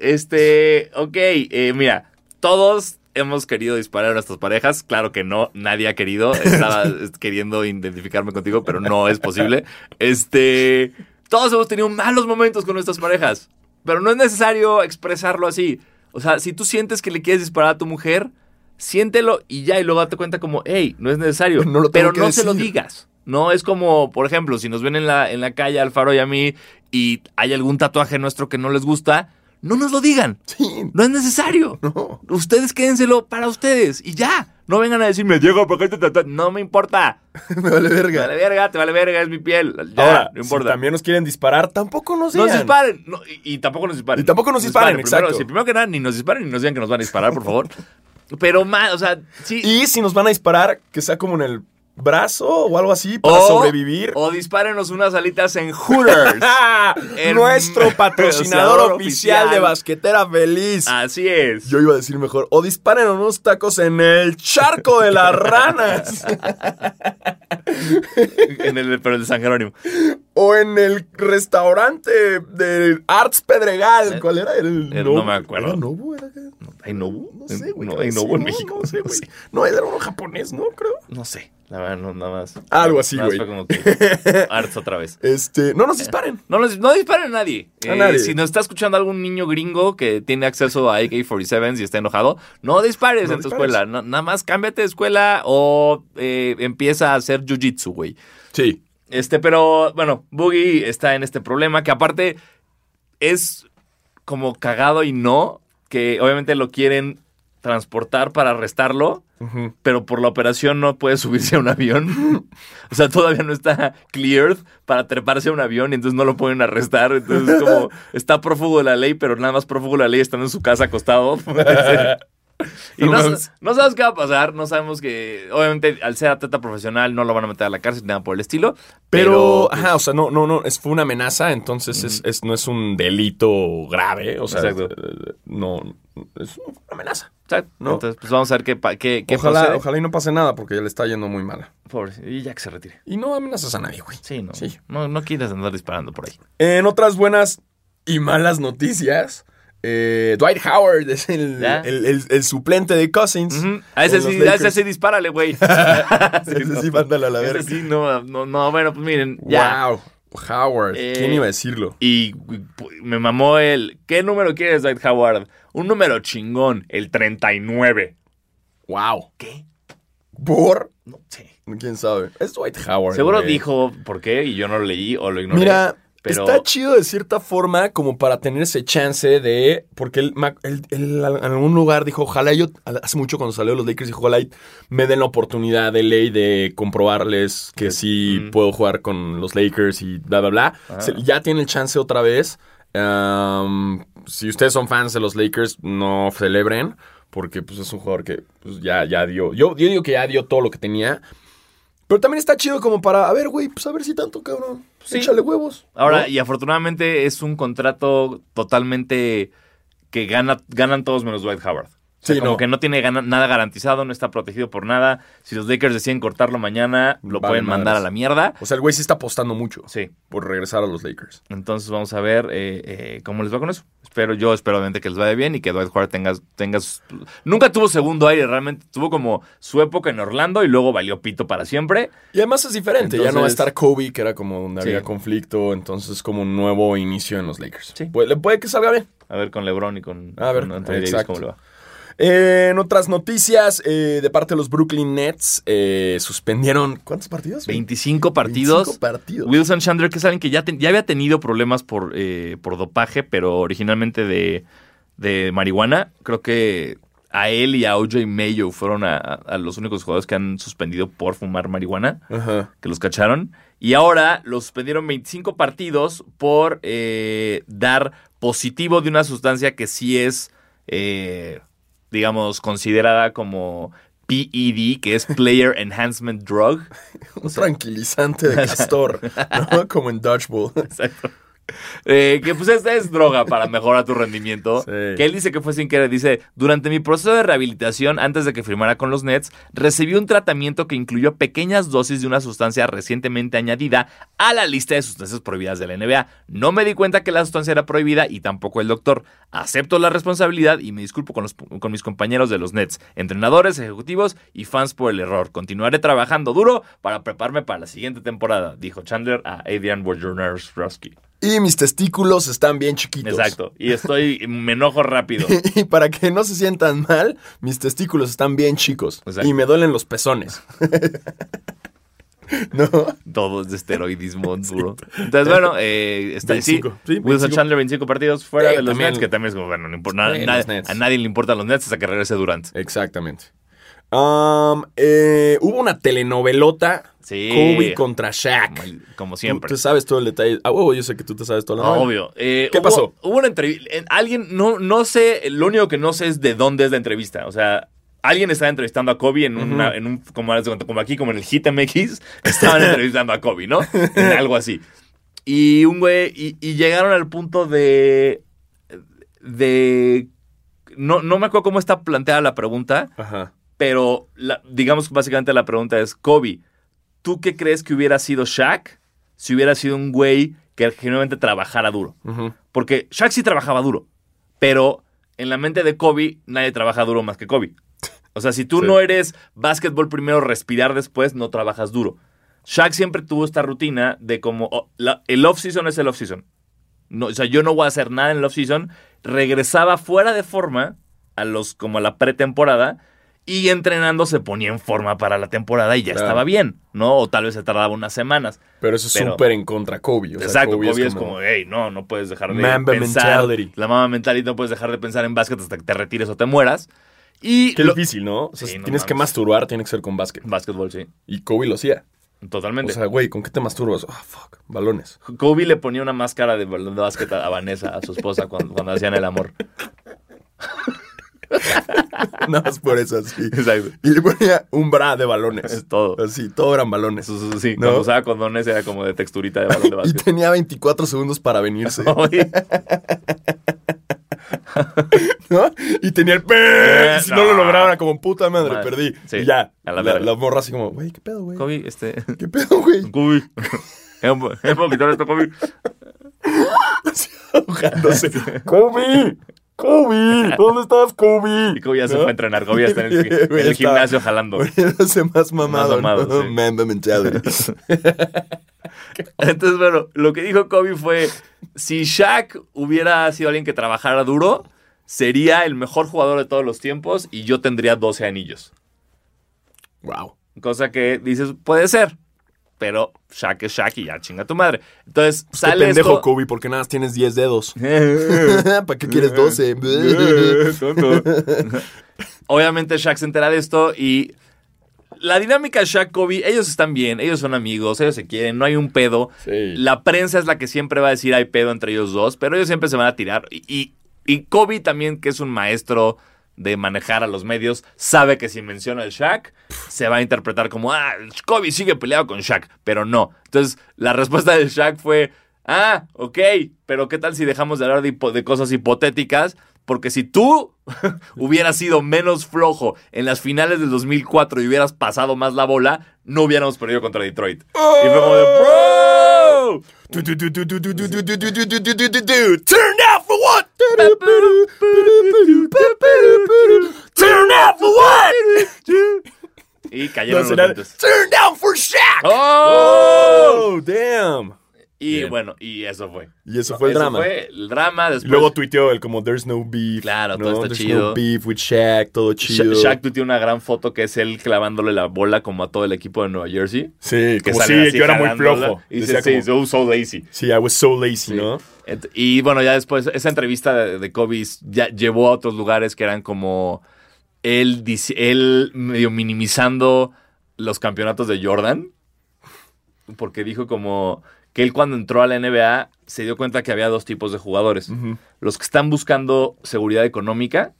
Speaker 2: este, ok, eh, mira, todos hemos querido disparar a nuestras parejas, claro que no, nadie ha querido, estaba es, queriendo identificarme contigo, pero no es posible. Este, todos hemos tenido malos momentos con nuestras parejas, pero no es necesario expresarlo así. O sea, si tú sientes que le quieres disparar a tu mujer, siéntelo y ya, y luego date cuenta como, hey, no es necesario,
Speaker 1: No lo tengo
Speaker 2: pero
Speaker 1: que
Speaker 2: no se lo
Speaker 1: decir.
Speaker 2: digas digas. No es como, por ejemplo, si nos ven en la, en la calle Alfaro y a mí y hay algún tatuaje nuestro que no les gusta, no nos lo digan.
Speaker 1: Sí,
Speaker 2: No es necesario.
Speaker 1: no.
Speaker 2: Ustedes quédenselo para ustedes y ya. No vengan a decirme, Diego, ¿por qué te tatuaste? No me importa.
Speaker 1: Me vale
Speaker 2: Te
Speaker 1: verga.
Speaker 2: vale verga, te vale verga, es mi piel. Ya,
Speaker 1: Ahora,
Speaker 2: no
Speaker 1: si
Speaker 2: importa.
Speaker 1: también nos quieren disparar, tampoco nos
Speaker 2: No nos
Speaker 1: digan.
Speaker 2: disparen. No, y, y tampoco nos disparen.
Speaker 1: Y tampoco nos disparen,
Speaker 2: Primero,
Speaker 1: exacto.
Speaker 2: sí, primero que nada, ni nos disparen ni nos digan que nos van a disparar, por favor. Pero más, o sea, sí.
Speaker 1: Y si nos van a disparar, que sea como en el brazo o algo así para sobrevivir.
Speaker 2: O dispárenos unas alitas en Hooters.
Speaker 1: ¡Ah!
Speaker 2: El
Speaker 1: Nuestro
Speaker 2: patrocinador
Speaker 1: patrocinador oficial de
Speaker 2: oficial.
Speaker 1: Basquetera Feliz.
Speaker 2: Así es.
Speaker 1: Yo iba a decir mejor, o disparen unos tacos en el charco de las ranas.
Speaker 2: En el, pero el de San Jerónimo.
Speaker 1: o en el restaurante de Arts Pedregal. ¿Cuál era? El
Speaker 2: Eh, no
Speaker 1: Nobu.
Speaker 2: me acuerdo.
Speaker 1: ¿Era Nobu? ¿Era qué?
Speaker 2: Ay, no,
Speaker 1: No sé, güey.
Speaker 2: No,
Speaker 1: ¿qué
Speaker 2: ay,
Speaker 1: era?
Speaker 2: no
Speaker 1: Sí,
Speaker 2: hubo en México.
Speaker 1: No sé, güey. No, era uno japonés, ¿no? Creo.
Speaker 2: No sé. La verdad, no, nada más.
Speaker 1: Algo así,
Speaker 2: Nada más
Speaker 1: güey.
Speaker 2: fue como que Arts otra vez.
Speaker 1: Este, no
Speaker 2: Eh.
Speaker 1: nos disparen.
Speaker 2: No, los- no disparen a nadie. Eh,
Speaker 1: A nadie.
Speaker 2: Si nos está escuchando algún niño gringo que tiene acceso a AK-47 y está enojado, no dispares
Speaker 1: No
Speaker 2: en tu
Speaker 1: dispares.
Speaker 2: escuela. No- nada más cámbiate de escuela o eh, empieza a hacer jiu-jitsu, güey.
Speaker 1: Sí.
Speaker 2: Este, pero bueno, Boogie está en este problema que aparte es como cagado y no, que obviamente lo quieren transportar para arrestarlo, pero por la operación no puede subirse a un avión. o sea, todavía no está cleared para treparse a un avión y entonces no lo pueden arrestar. Entonces, es como está prófugo de la ley, pero nada más prófugo de la ley estando en su casa acostado. Y
Speaker 1: No
Speaker 2: no,
Speaker 1: mames.
Speaker 2: sa- no sabemos qué va a pasar, no sabemos que, obviamente, al ser atleta profesional no lo van a meter a la cárcel, nada por el estilo.
Speaker 1: Pero, pues,
Speaker 2: Pero, pues,
Speaker 1: ajá, o sea, no, no, no, es, fue una amenaza, entonces es, es- no es un delito grave, o sea,
Speaker 2: Exacto.
Speaker 1: eh, no, es una amenaza.
Speaker 2: exacto,
Speaker 1: no.
Speaker 2: entonces, pues vamos a ver qué, pa- qué, qué
Speaker 1: Ojalá,
Speaker 2: procede.
Speaker 1: ojalá y no pase nada porque ya le está yendo muy mal.
Speaker 2: Pobre, y ya que se retire.
Speaker 1: Y no amenazas a nadie, güey.
Speaker 2: Sí, no,
Speaker 1: Sí.
Speaker 2: no, no quieras andar disparando por ahí.
Speaker 1: En otras buenas y malas noticias, eh, Dwight Howard es el,
Speaker 2: ¿Ya?
Speaker 1: el- el- el suplente de Cousins.
Speaker 2: Ujú. A ese
Speaker 1: con los
Speaker 2: sí, a ese
Speaker 1: Lakers.
Speaker 2: sí dispárale, güey. ese
Speaker 1: Ese sí, mándalo a la verga.
Speaker 2: Ese sí, no, no, no, bueno, pues miren, ya.
Speaker 1: Wow, Howard.
Speaker 2: Eh,
Speaker 1: ¿Quién iba a decirlo?
Speaker 2: Y pu- me mamó el, ¿qué número quieres, Dwight Howard? Un número chingón, el 39.
Speaker 1: Wow.
Speaker 2: ¿Qué?
Speaker 1: ¿Por?
Speaker 2: No sé.
Speaker 1: ¿Quién sabe? Es Dwight Howard.
Speaker 2: Seguro
Speaker 1: güey.
Speaker 2: dijo por qué y yo no lo leí o lo ignoré.
Speaker 1: Mira,
Speaker 2: pero
Speaker 1: está chido de cierta forma como para tener ese chance de... Porque él, ma- él- él al- en algún lugar dijo, ojalá yo... Hace mucho cuando salió de los Lakers dijo, ojalá y me den la oportunidad de ley de comprobarles que sí
Speaker 2: Mm.
Speaker 1: puedo jugar con los Lakers y bla, bla, bla.
Speaker 2: Ah.
Speaker 1: Se- ya tiene el chance otra vez. Um, si ustedes son fans de los Lakers, no celebren. Porque pues, es un jugador que pues, ya, ya dio... Yo, yo digo que ya dio todo lo que tenía. Pero también está chido como para, a ver, güey, pues a ver si tanto, cabrón.
Speaker 2: Sí.
Speaker 1: Échale huevos.
Speaker 2: ahora
Speaker 1: ¿no?
Speaker 2: y afortunadamente es un contrato totalmente que gana ganan todos menos Dwight Howard. O sea,
Speaker 1: Sí,
Speaker 2: como
Speaker 1: no.
Speaker 2: que no tiene gana- nada garantizado, no está protegido por nada. Si los Lakers deciden cortarlo mañana, lo
Speaker 1: Vale
Speaker 2: pueden mandar
Speaker 1: madres.
Speaker 2: a la mierda.
Speaker 1: O sea, el güey sí está apostando mucho
Speaker 2: Sí.
Speaker 1: por regresar a los Lakers.
Speaker 2: Entonces vamos a ver eh, eh, cómo les va con eso. Espero, yo espero obviamente que les vaya bien y que Dwight Howard tenga, tenga sus- Nunca tuvo segundo aire, realmente tuvo como su época en Orlando y luego valió pito para siempre.
Speaker 1: Y además es diferente, ya no va a
Speaker 2: Entonces-
Speaker 1: estar Kobe, que era como donde
Speaker 2: Sí.
Speaker 1: había conflicto, entonces es como un nuevo inicio en los Lakers.
Speaker 2: Sí.
Speaker 1: Puede, le puede que salga bien.
Speaker 2: A ver con LeBron y con,
Speaker 1: A ver,
Speaker 2: con Anthony Davis
Speaker 1: exacto.
Speaker 2: cómo le va.
Speaker 1: Eh, en otras noticias, eh, de parte de los Brooklyn Nets, eh, suspendieron. ¿Cuántos partidos?
Speaker 2: 25 partidos.
Speaker 1: 25 partidos.
Speaker 2: Wilson Chandler, que es alguien que ya, ten- ya había tenido problemas por, eh, por dopaje, pero originalmente de, de marihuana. Creo que a él y a OJ Mayo fueron a, a los únicos jugadores que han suspendido por fumar marihuana,
Speaker 1: Ajá.
Speaker 2: que los cacharon. Y ahora los suspendieron 25 partidos por eh, dar positivo de una sustancia que sí es, eh, digamos, considerada como PED, que es Player Enhancement Drug.
Speaker 1: Un tranquilizante de castor, ¿no? Como en Dodgeball.
Speaker 2: Exacto. Eh, que pues esta es droga para mejorar tu rendimiento.
Speaker 1: Sí.
Speaker 2: Que él dice que fue sin querer. Dice, durante mi proceso de rehabilitación, antes de que firmara con los Nets, recibí un tratamiento que incluyó pequeñas dosis de una sustancia recientemente añadida a la lista de sustancias prohibidas de la NBA. No me di cuenta que la sustancia era prohibida y tampoco el doctor. Acepto la responsabilidad y me disculpo con, los- con mis compañeros de los Nets, entrenadores, ejecutivos y fans por el error. Continuaré trabajando duro para prepararme para la siguiente temporada, dijo Chandler a Adrian Wojnarowski.
Speaker 1: Y mis testículos están bien chiquitos.
Speaker 2: Exacto. Y estoy, me enojo rápido.
Speaker 1: Y para que no se sientan mal, mis testículos están bien chicos.
Speaker 2: Exacto.
Speaker 1: Y me duelen los pezones. ¿No?
Speaker 2: Todo es de esteroidismo duro. Entonces, bueno, eh, está sí,
Speaker 1: 25, sí,
Speaker 2: Wilson
Speaker 1: 25.
Speaker 2: Chandler, 25 partidos fuera
Speaker 1: Sí,
Speaker 2: de los
Speaker 1: también.
Speaker 2: Nets, que también es como, bueno, no importa,
Speaker 1: Sí,
Speaker 2: na-
Speaker 1: los Nets.
Speaker 2: a nadie le importan los Nets hasta que regrese Durant.
Speaker 1: Exactamente. Am, eh, hubo una telenovelota.
Speaker 2: Sí.
Speaker 1: Kobe contra Shaq.
Speaker 2: Como, como
Speaker 1: Tú
Speaker 2: siempre.
Speaker 1: te sabes todo el detalle. Ah, huevo, yo sé que tú te sabes todo el detalle.
Speaker 2: Obvio. Eh,
Speaker 1: ¿Qué
Speaker 2: hubo-
Speaker 1: pasó?
Speaker 2: Hubo una entrevista. Alguien, no, no sé, lo único que no sé es de dónde es la entrevista. O sea, alguien estaba entrevistando a Kobe en, una, en un, como, haz de cuenta, como aquí, como en el Hit MX, estaban entrevistando a Kobe, ¿no? En algo así. Y un güey, y, y llegaron al punto de, de, no, no me acuerdo cómo está planteada la pregunta,
Speaker 1: Ajá.
Speaker 2: pero la- digamos que básicamente la pregunta es, Kobe, ¿tú qué crees que hubiera sido Shaq si hubiera sido un güey que genuinamente trabajara duro?
Speaker 1: Ujú.
Speaker 2: Porque Shaq sí trabajaba duro, pero en la mente de Kobe nadie trabaja duro más que Kobe. O sea, si tú
Speaker 1: Sí.
Speaker 2: no eres básquetbol primero, respirar después, no trabajas duro. Shaq siempre tuvo esta rutina de como oh, la- el off-season es el off-season. No, o sea, yo no voy a hacer nada en el off-season. Regresaba fuera de forma a los, como a la pretemporada y entrenando se ponía en forma para la temporada y ya
Speaker 1: Claro.
Speaker 2: estaba bien, ¿no? O tal vez se tardaba unas semanas.
Speaker 1: Pero eso es
Speaker 2: Pero-
Speaker 1: súper en contra Kobe. O sea,
Speaker 2: Exacto, Kobe, es como, hey, no, no puedes dejar de
Speaker 1: Mamba
Speaker 2: pensar.
Speaker 1: mentality.
Speaker 2: La mama mentality, no puedes dejar de pensar en básquet hasta que te retires o te mueras. Y
Speaker 1: Qué
Speaker 2: lo-
Speaker 1: difícil, ¿no? O sea,
Speaker 2: Sí,
Speaker 1: si
Speaker 2: no
Speaker 1: tienes que
Speaker 2: mames.
Speaker 1: masturbar, tiene que ser con básquet.
Speaker 2: Básquetbol, sí.
Speaker 1: Y Kobe lo hacía. O
Speaker 2: Totalmente.
Speaker 1: sea, güey, ¿con qué te masturbas? Ah, fuck. Balones.
Speaker 2: Kobe le ponía una máscara de, balón de básquet a Vanessa, a su esposa, cuando, cuando hacían el amor.
Speaker 1: Nada más por eso, así.
Speaker 2: Exacto.
Speaker 1: Y le ponía un bra de balones.
Speaker 2: Es todo.
Speaker 1: Así, todo eran balones.
Speaker 2: Eso, eso sí,
Speaker 1: ¿No?
Speaker 2: cuando usaba condones era como de texturita de balón de
Speaker 1: Y
Speaker 2: básquet.
Speaker 1: tenía 24 segundos para venirse.
Speaker 2: Oye,
Speaker 1: ¿no? Y tenía el pe- Si no lo
Speaker 2: Eh, no.
Speaker 1: lograron, era como puta madre,
Speaker 2: Madre.
Speaker 1: perdí.
Speaker 2: Sí,
Speaker 1: Y ya.
Speaker 2: a la
Speaker 1: la,
Speaker 2: verga.
Speaker 1: la morra así como, güey, ¿qué pedo, güey?
Speaker 2: Kobe, este...
Speaker 1: ¿Qué pedo, güey?
Speaker 2: Kobe. Es un quitar esto, Kobe.
Speaker 1: Ahogándose. ¡Kobe! ¡Kobe! ¿Dónde estás, Kobe?
Speaker 2: Y Kobe ya se
Speaker 1: ¿No?
Speaker 2: fue a entrenar. Kobe ya está en el, en
Speaker 1: Güey,
Speaker 2: el
Speaker 1: estaba-
Speaker 2: gimnasio jalando.
Speaker 1: Volviéndose más mamado.
Speaker 2: mamado,
Speaker 1: ¿no?
Speaker 2: sí.
Speaker 1: Mamba mentality.
Speaker 2: Entonces, bueno, lo que dijo Kobe fue, si Shaq hubiera sido alguien que trabajara duro, sería el mejor jugador de todos los tiempos y yo tendría 12 anillos.
Speaker 1: wow.
Speaker 2: Cosa que dices, puede ser, pero Shaq es Shaq y ya chinga tu madre. Entonces,
Speaker 1: Pues Qué
Speaker 2: sale
Speaker 1: pendejo,
Speaker 2: esto...
Speaker 1: Kobe, porque nada más tienes 10 dedos.
Speaker 2: Eh,
Speaker 1: ¿Para qué quieres 12?
Speaker 2: tonto. Obviamente Shaq se entera de esto y la dinámica Shaq-Kobe, ellos están bien, ellos son amigos, ellos se quieren, no hay un pedo.
Speaker 1: Sí.
Speaker 2: La prensa es la que siempre va a decir hay pedo entre ellos dos, pero ellos siempre se van a tirar. Y, y, y Kobe también, que es un maestro de manejar a los medios, sabe que si menciona el Shaq, se va a interpretar como, ah, Kobe sigue peleado con Shaq, pero no. Entonces, la respuesta del Shaq fue, ah, ok, pero ¿qué tal si dejamos de hablar de, hipo- de cosas hipotéticas Porque si tú hubieras sido menos flojo en las finales del 2004 y hubieras pasado más la bola, no hubiéramos perdido contra Detroit. Y fue como de, "Bro".
Speaker 1: Tu, tu, tu, tu, tu, tu, tu, tu, tu, tu, tu, tu, tu, tu, tu, tu. Turn out for what? Turn out for what?
Speaker 2: Y
Speaker 1: No,
Speaker 2: cayeron los
Speaker 1: será-
Speaker 2: dientes.
Speaker 1: Turn down for Shaq.
Speaker 2: ¡Oh!
Speaker 1: Oh, damn.
Speaker 2: Y
Speaker 1: Bien.
Speaker 2: bueno, y eso fue.
Speaker 1: Y eso fue el
Speaker 2: Eso
Speaker 1: drama.
Speaker 2: fue el drama.
Speaker 1: Y
Speaker 2: Después,
Speaker 1: luego tuiteó el como There's no beef.
Speaker 2: Claro,
Speaker 1: ¿no?
Speaker 2: todo está
Speaker 1: There's
Speaker 2: chido.
Speaker 1: no beef with Shaq, todo
Speaker 2: Sha-
Speaker 1: chido.
Speaker 2: Shaq tuiteó una gran foto que es él clavándole la bola como a todo el equipo de Nueva Jersey.
Speaker 1: Sí,
Speaker 2: Que
Speaker 1: como
Speaker 2: salen
Speaker 1: sí,
Speaker 2: así
Speaker 1: yo era muy
Speaker 2: jalándola.
Speaker 1: flojo.
Speaker 2: Y
Speaker 1: Decía
Speaker 2: dice, sí,
Speaker 1: como,
Speaker 2: so, so lazy.
Speaker 1: sí, I was so lazy, ¿no?
Speaker 2: Et- Y bueno, ya después, esa entrevista de, de Kobe ya llevó a otros lugares que eran como él, dice- él medio minimizando los campeonatos de Jordan. Porque dijo como que él cuando entró a la NBA se dio cuenta que había dos tipos de jugadores.
Speaker 1: Ujú.
Speaker 2: Los que están buscando seguridad económica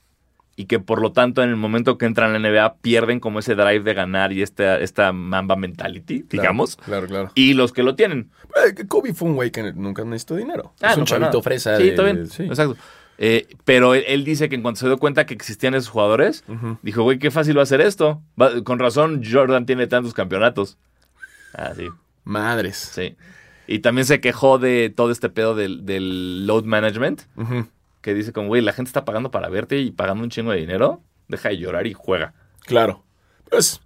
Speaker 2: y que por lo tanto en el momento que entran a la NBA pierden como ese drive de ganar y esta, esta mamba mentality, digamos.
Speaker 1: Claro, claro.
Speaker 2: Y los que lo tienen.
Speaker 1: Eh, que Kobe fue un güey que nunca necesitó dinero.
Speaker 2: Ah,
Speaker 1: es un
Speaker 2: no, para
Speaker 1: chavito
Speaker 2: nada.
Speaker 1: fresa.
Speaker 2: Sí,
Speaker 1: de-
Speaker 2: está bien.
Speaker 1: de- sí.
Speaker 2: Exacto. Eh, pero él, él dice que en cuanto se dio cuenta que existían esos jugadores,
Speaker 1: Ujú.
Speaker 2: dijo, güey, qué fácil va a ser esto. Va- con razón, Jordan tiene tantos campeonatos. Ah, sí,
Speaker 1: Madres.
Speaker 2: sí. Y también se quejó de todo este pedo del, del load management,
Speaker 1: Ujú.
Speaker 2: que dice como, güey, la gente está pagando para verte y pagando un chingo de dinero. Deja de llorar y juega.
Speaker 1: Claro. Pues,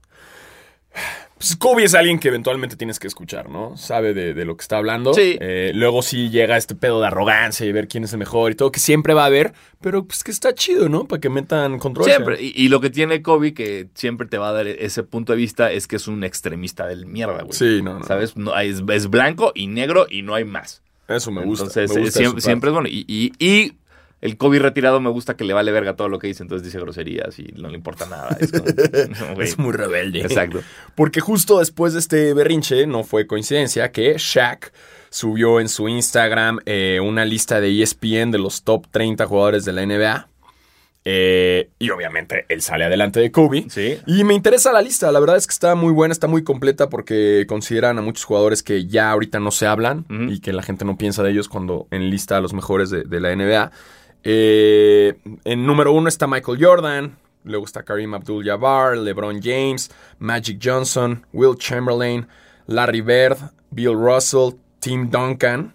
Speaker 1: pues Kobe es alguien que eventualmente tienes que escuchar, ¿no? Sabe de, de lo que está hablando.
Speaker 2: Sí.
Speaker 1: Eh, luego sí llega este pedo de arrogancia y ver quién es el mejor y todo, que siempre va a haber, pero pues que está chido, ¿no? Para que metan control.
Speaker 2: Siempre. Y, y lo que tiene Kobe, que siempre te va a dar ese punto de vista, es que es un extremista del mierda, güey.
Speaker 1: Sí, no, no.
Speaker 2: ¿Sabes? No, es- es blanco y negro y no hay más.
Speaker 1: Eso me gusta.
Speaker 2: Entonces,
Speaker 1: me
Speaker 2: eh,
Speaker 1: gusta
Speaker 2: siem-
Speaker 1: de
Speaker 2: siempre,
Speaker 1: su parte.
Speaker 2: es bueno. Y, y- y el Kobe retirado me gusta que le vale verga todo lo que dice, entonces dice groserías y no le importa nada. Es como, no, güey.
Speaker 1: Es muy rebelde.
Speaker 2: Exacto.
Speaker 1: Porque justo después de este berrinche, no fue coincidencia que Shaq subió en su Instagram eh, una lista de ESPN de los top 30 jugadores de la NBA. Eh, y obviamente él sale adelante de Kobe.
Speaker 2: Sí.
Speaker 1: Y me interesa la lista, la verdad es que está muy buena, está muy completa porque consideran a muchos jugadores que ya ahorita no se hablan
Speaker 2: Ujú.
Speaker 1: y que la gente no piensa de ellos cuando enlista a los mejores de, de la NBA. Eh, en número uno está Michael Jordan, luego está Karim Abdul-Jabbar, LeBron James, Magic Johnson, Will Chamberlain, Larry Bird, Bill Russell, Tim Duncan.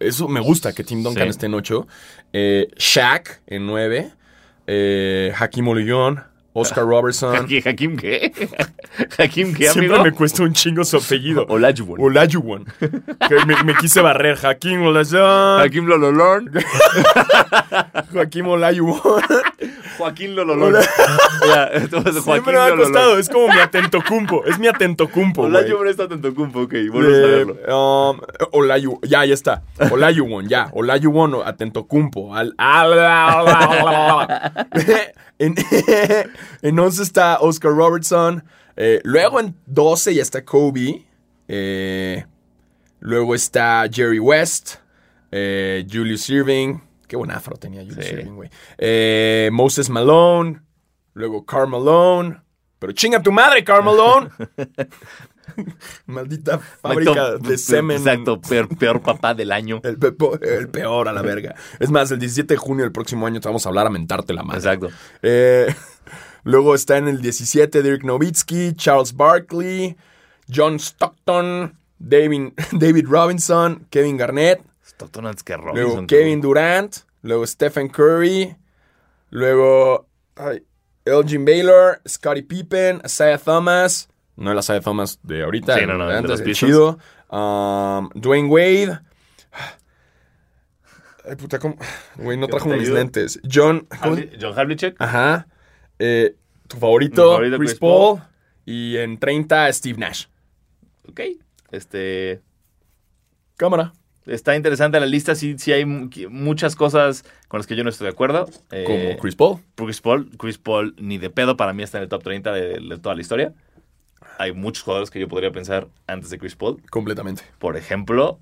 Speaker 1: Eso me gusta que Tim Duncan
Speaker 2: Sí.
Speaker 1: esté en 8. Shaq en 9. Hakim Olajuwon, Oscar Robertson.
Speaker 2: ¿Y Hakim qué? ¿Hakim qué,
Speaker 1: Siempre
Speaker 2: amigo?
Speaker 1: me cuesta un chingo su apellido.
Speaker 2: Olajuwon.
Speaker 1: Olajuwon. Que me, me quise barrer. Hakim Olajuwon.
Speaker 2: Hakim Lololón.
Speaker 1: Hakim Olajuwon.
Speaker 2: Joaquín Lololón.
Speaker 1: Ola-
Speaker 2: Ya, entonces, Joaquín
Speaker 1: Siempre me ha
Speaker 2: Lololón.
Speaker 1: costado. Es como mi atentocumpo. Es mi atentocumpo, güey.
Speaker 2: Olajuwon está tanto cumpo, ok. Bueno saberlo.
Speaker 1: Eh, um, Olayu- ya, ya está. Olajuwon, ya. Olajuwon, Atentocumpo. Al, al- al- al- al- al- en, en 11 está Oscar Robertson. Eh, luego en 12 ya está Kobe. Eh, luego está Jerry West. Eh, Julius Irving. Qué buen afro tenía Julius
Speaker 2: Sí.
Speaker 1: Irving, güey. Eh, Moses Malone. Luego Karl Malone. Pero chinga tu madre, Karl Malone. Maldita fábrica
Speaker 2: Exacto.
Speaker 1: de semen.
Speaker 2: Exacto, peor, peor papá del año.
Speaker 1: El, pe- el peor a la verga. Es más, el 17 de junio del próximo año te vamos a hablar a mentarte la madre.
Speaker 2: Exacto.
Speaker 1: Eh, luego está en el 17 Dirk Nowitzki, Charles Barkley, John Stockton, David, David Robinson, Kevin Garnett,
Speaker 2: Está tan antes que Robinson.
Speaker 1: luego Kevin Durant, luego Stephen Curry, luego ay, Elgin Baylor, Scottie Pippen, Isaiah Thomas, no el Isaiah Thomas de ahorita,
Speaker 2: Sí,
Speaker 1: el
Speaker 2: no, no,
Speaker 1: de
Speaker 2: el de
Speaker 1: antes,
Speaker 2: los
Speaker 1: el
Speaker 2: Pistons.
Speaker 1: chido, um, Dwayne Wade, ay puta, ¿cómo? Güey, no
Speaker 2: ¿Te
Speaker 1: trajo mis
Speaker 2: ayudo?
Speaker 1: lentes. John, ¿cómo- Ah.
Speaker 2: Harley- John Havlicek.
Speaker 1: Ajá. Eh, tu
Speaker 2: Mi
Speaker 1: favorito,
Speaker 2: favorito,
Speaker 1: Chris
Speaker 2: Chris
Speaker 1: Paul. Y en 30, Steve Nash.
Speaker 2: Ok. Este.
Speaker 1: Cámara.
Speaker 2: Está interesante la lista, sí, sí hay mu- qui- muchas cosas con las que yo no estoy de acuerdo. Eh,
Speaker 1: Como Chris Paul.
Speaker 2: Chris Paul. Chris Paul ni de pedo para mí está en el top 30 de, de toda la historia. Hay muchos jugadores que yo podría pensar antes de Chris Paul.
Speaker 1: Completamente.
Speaker 2: Por ejemplo,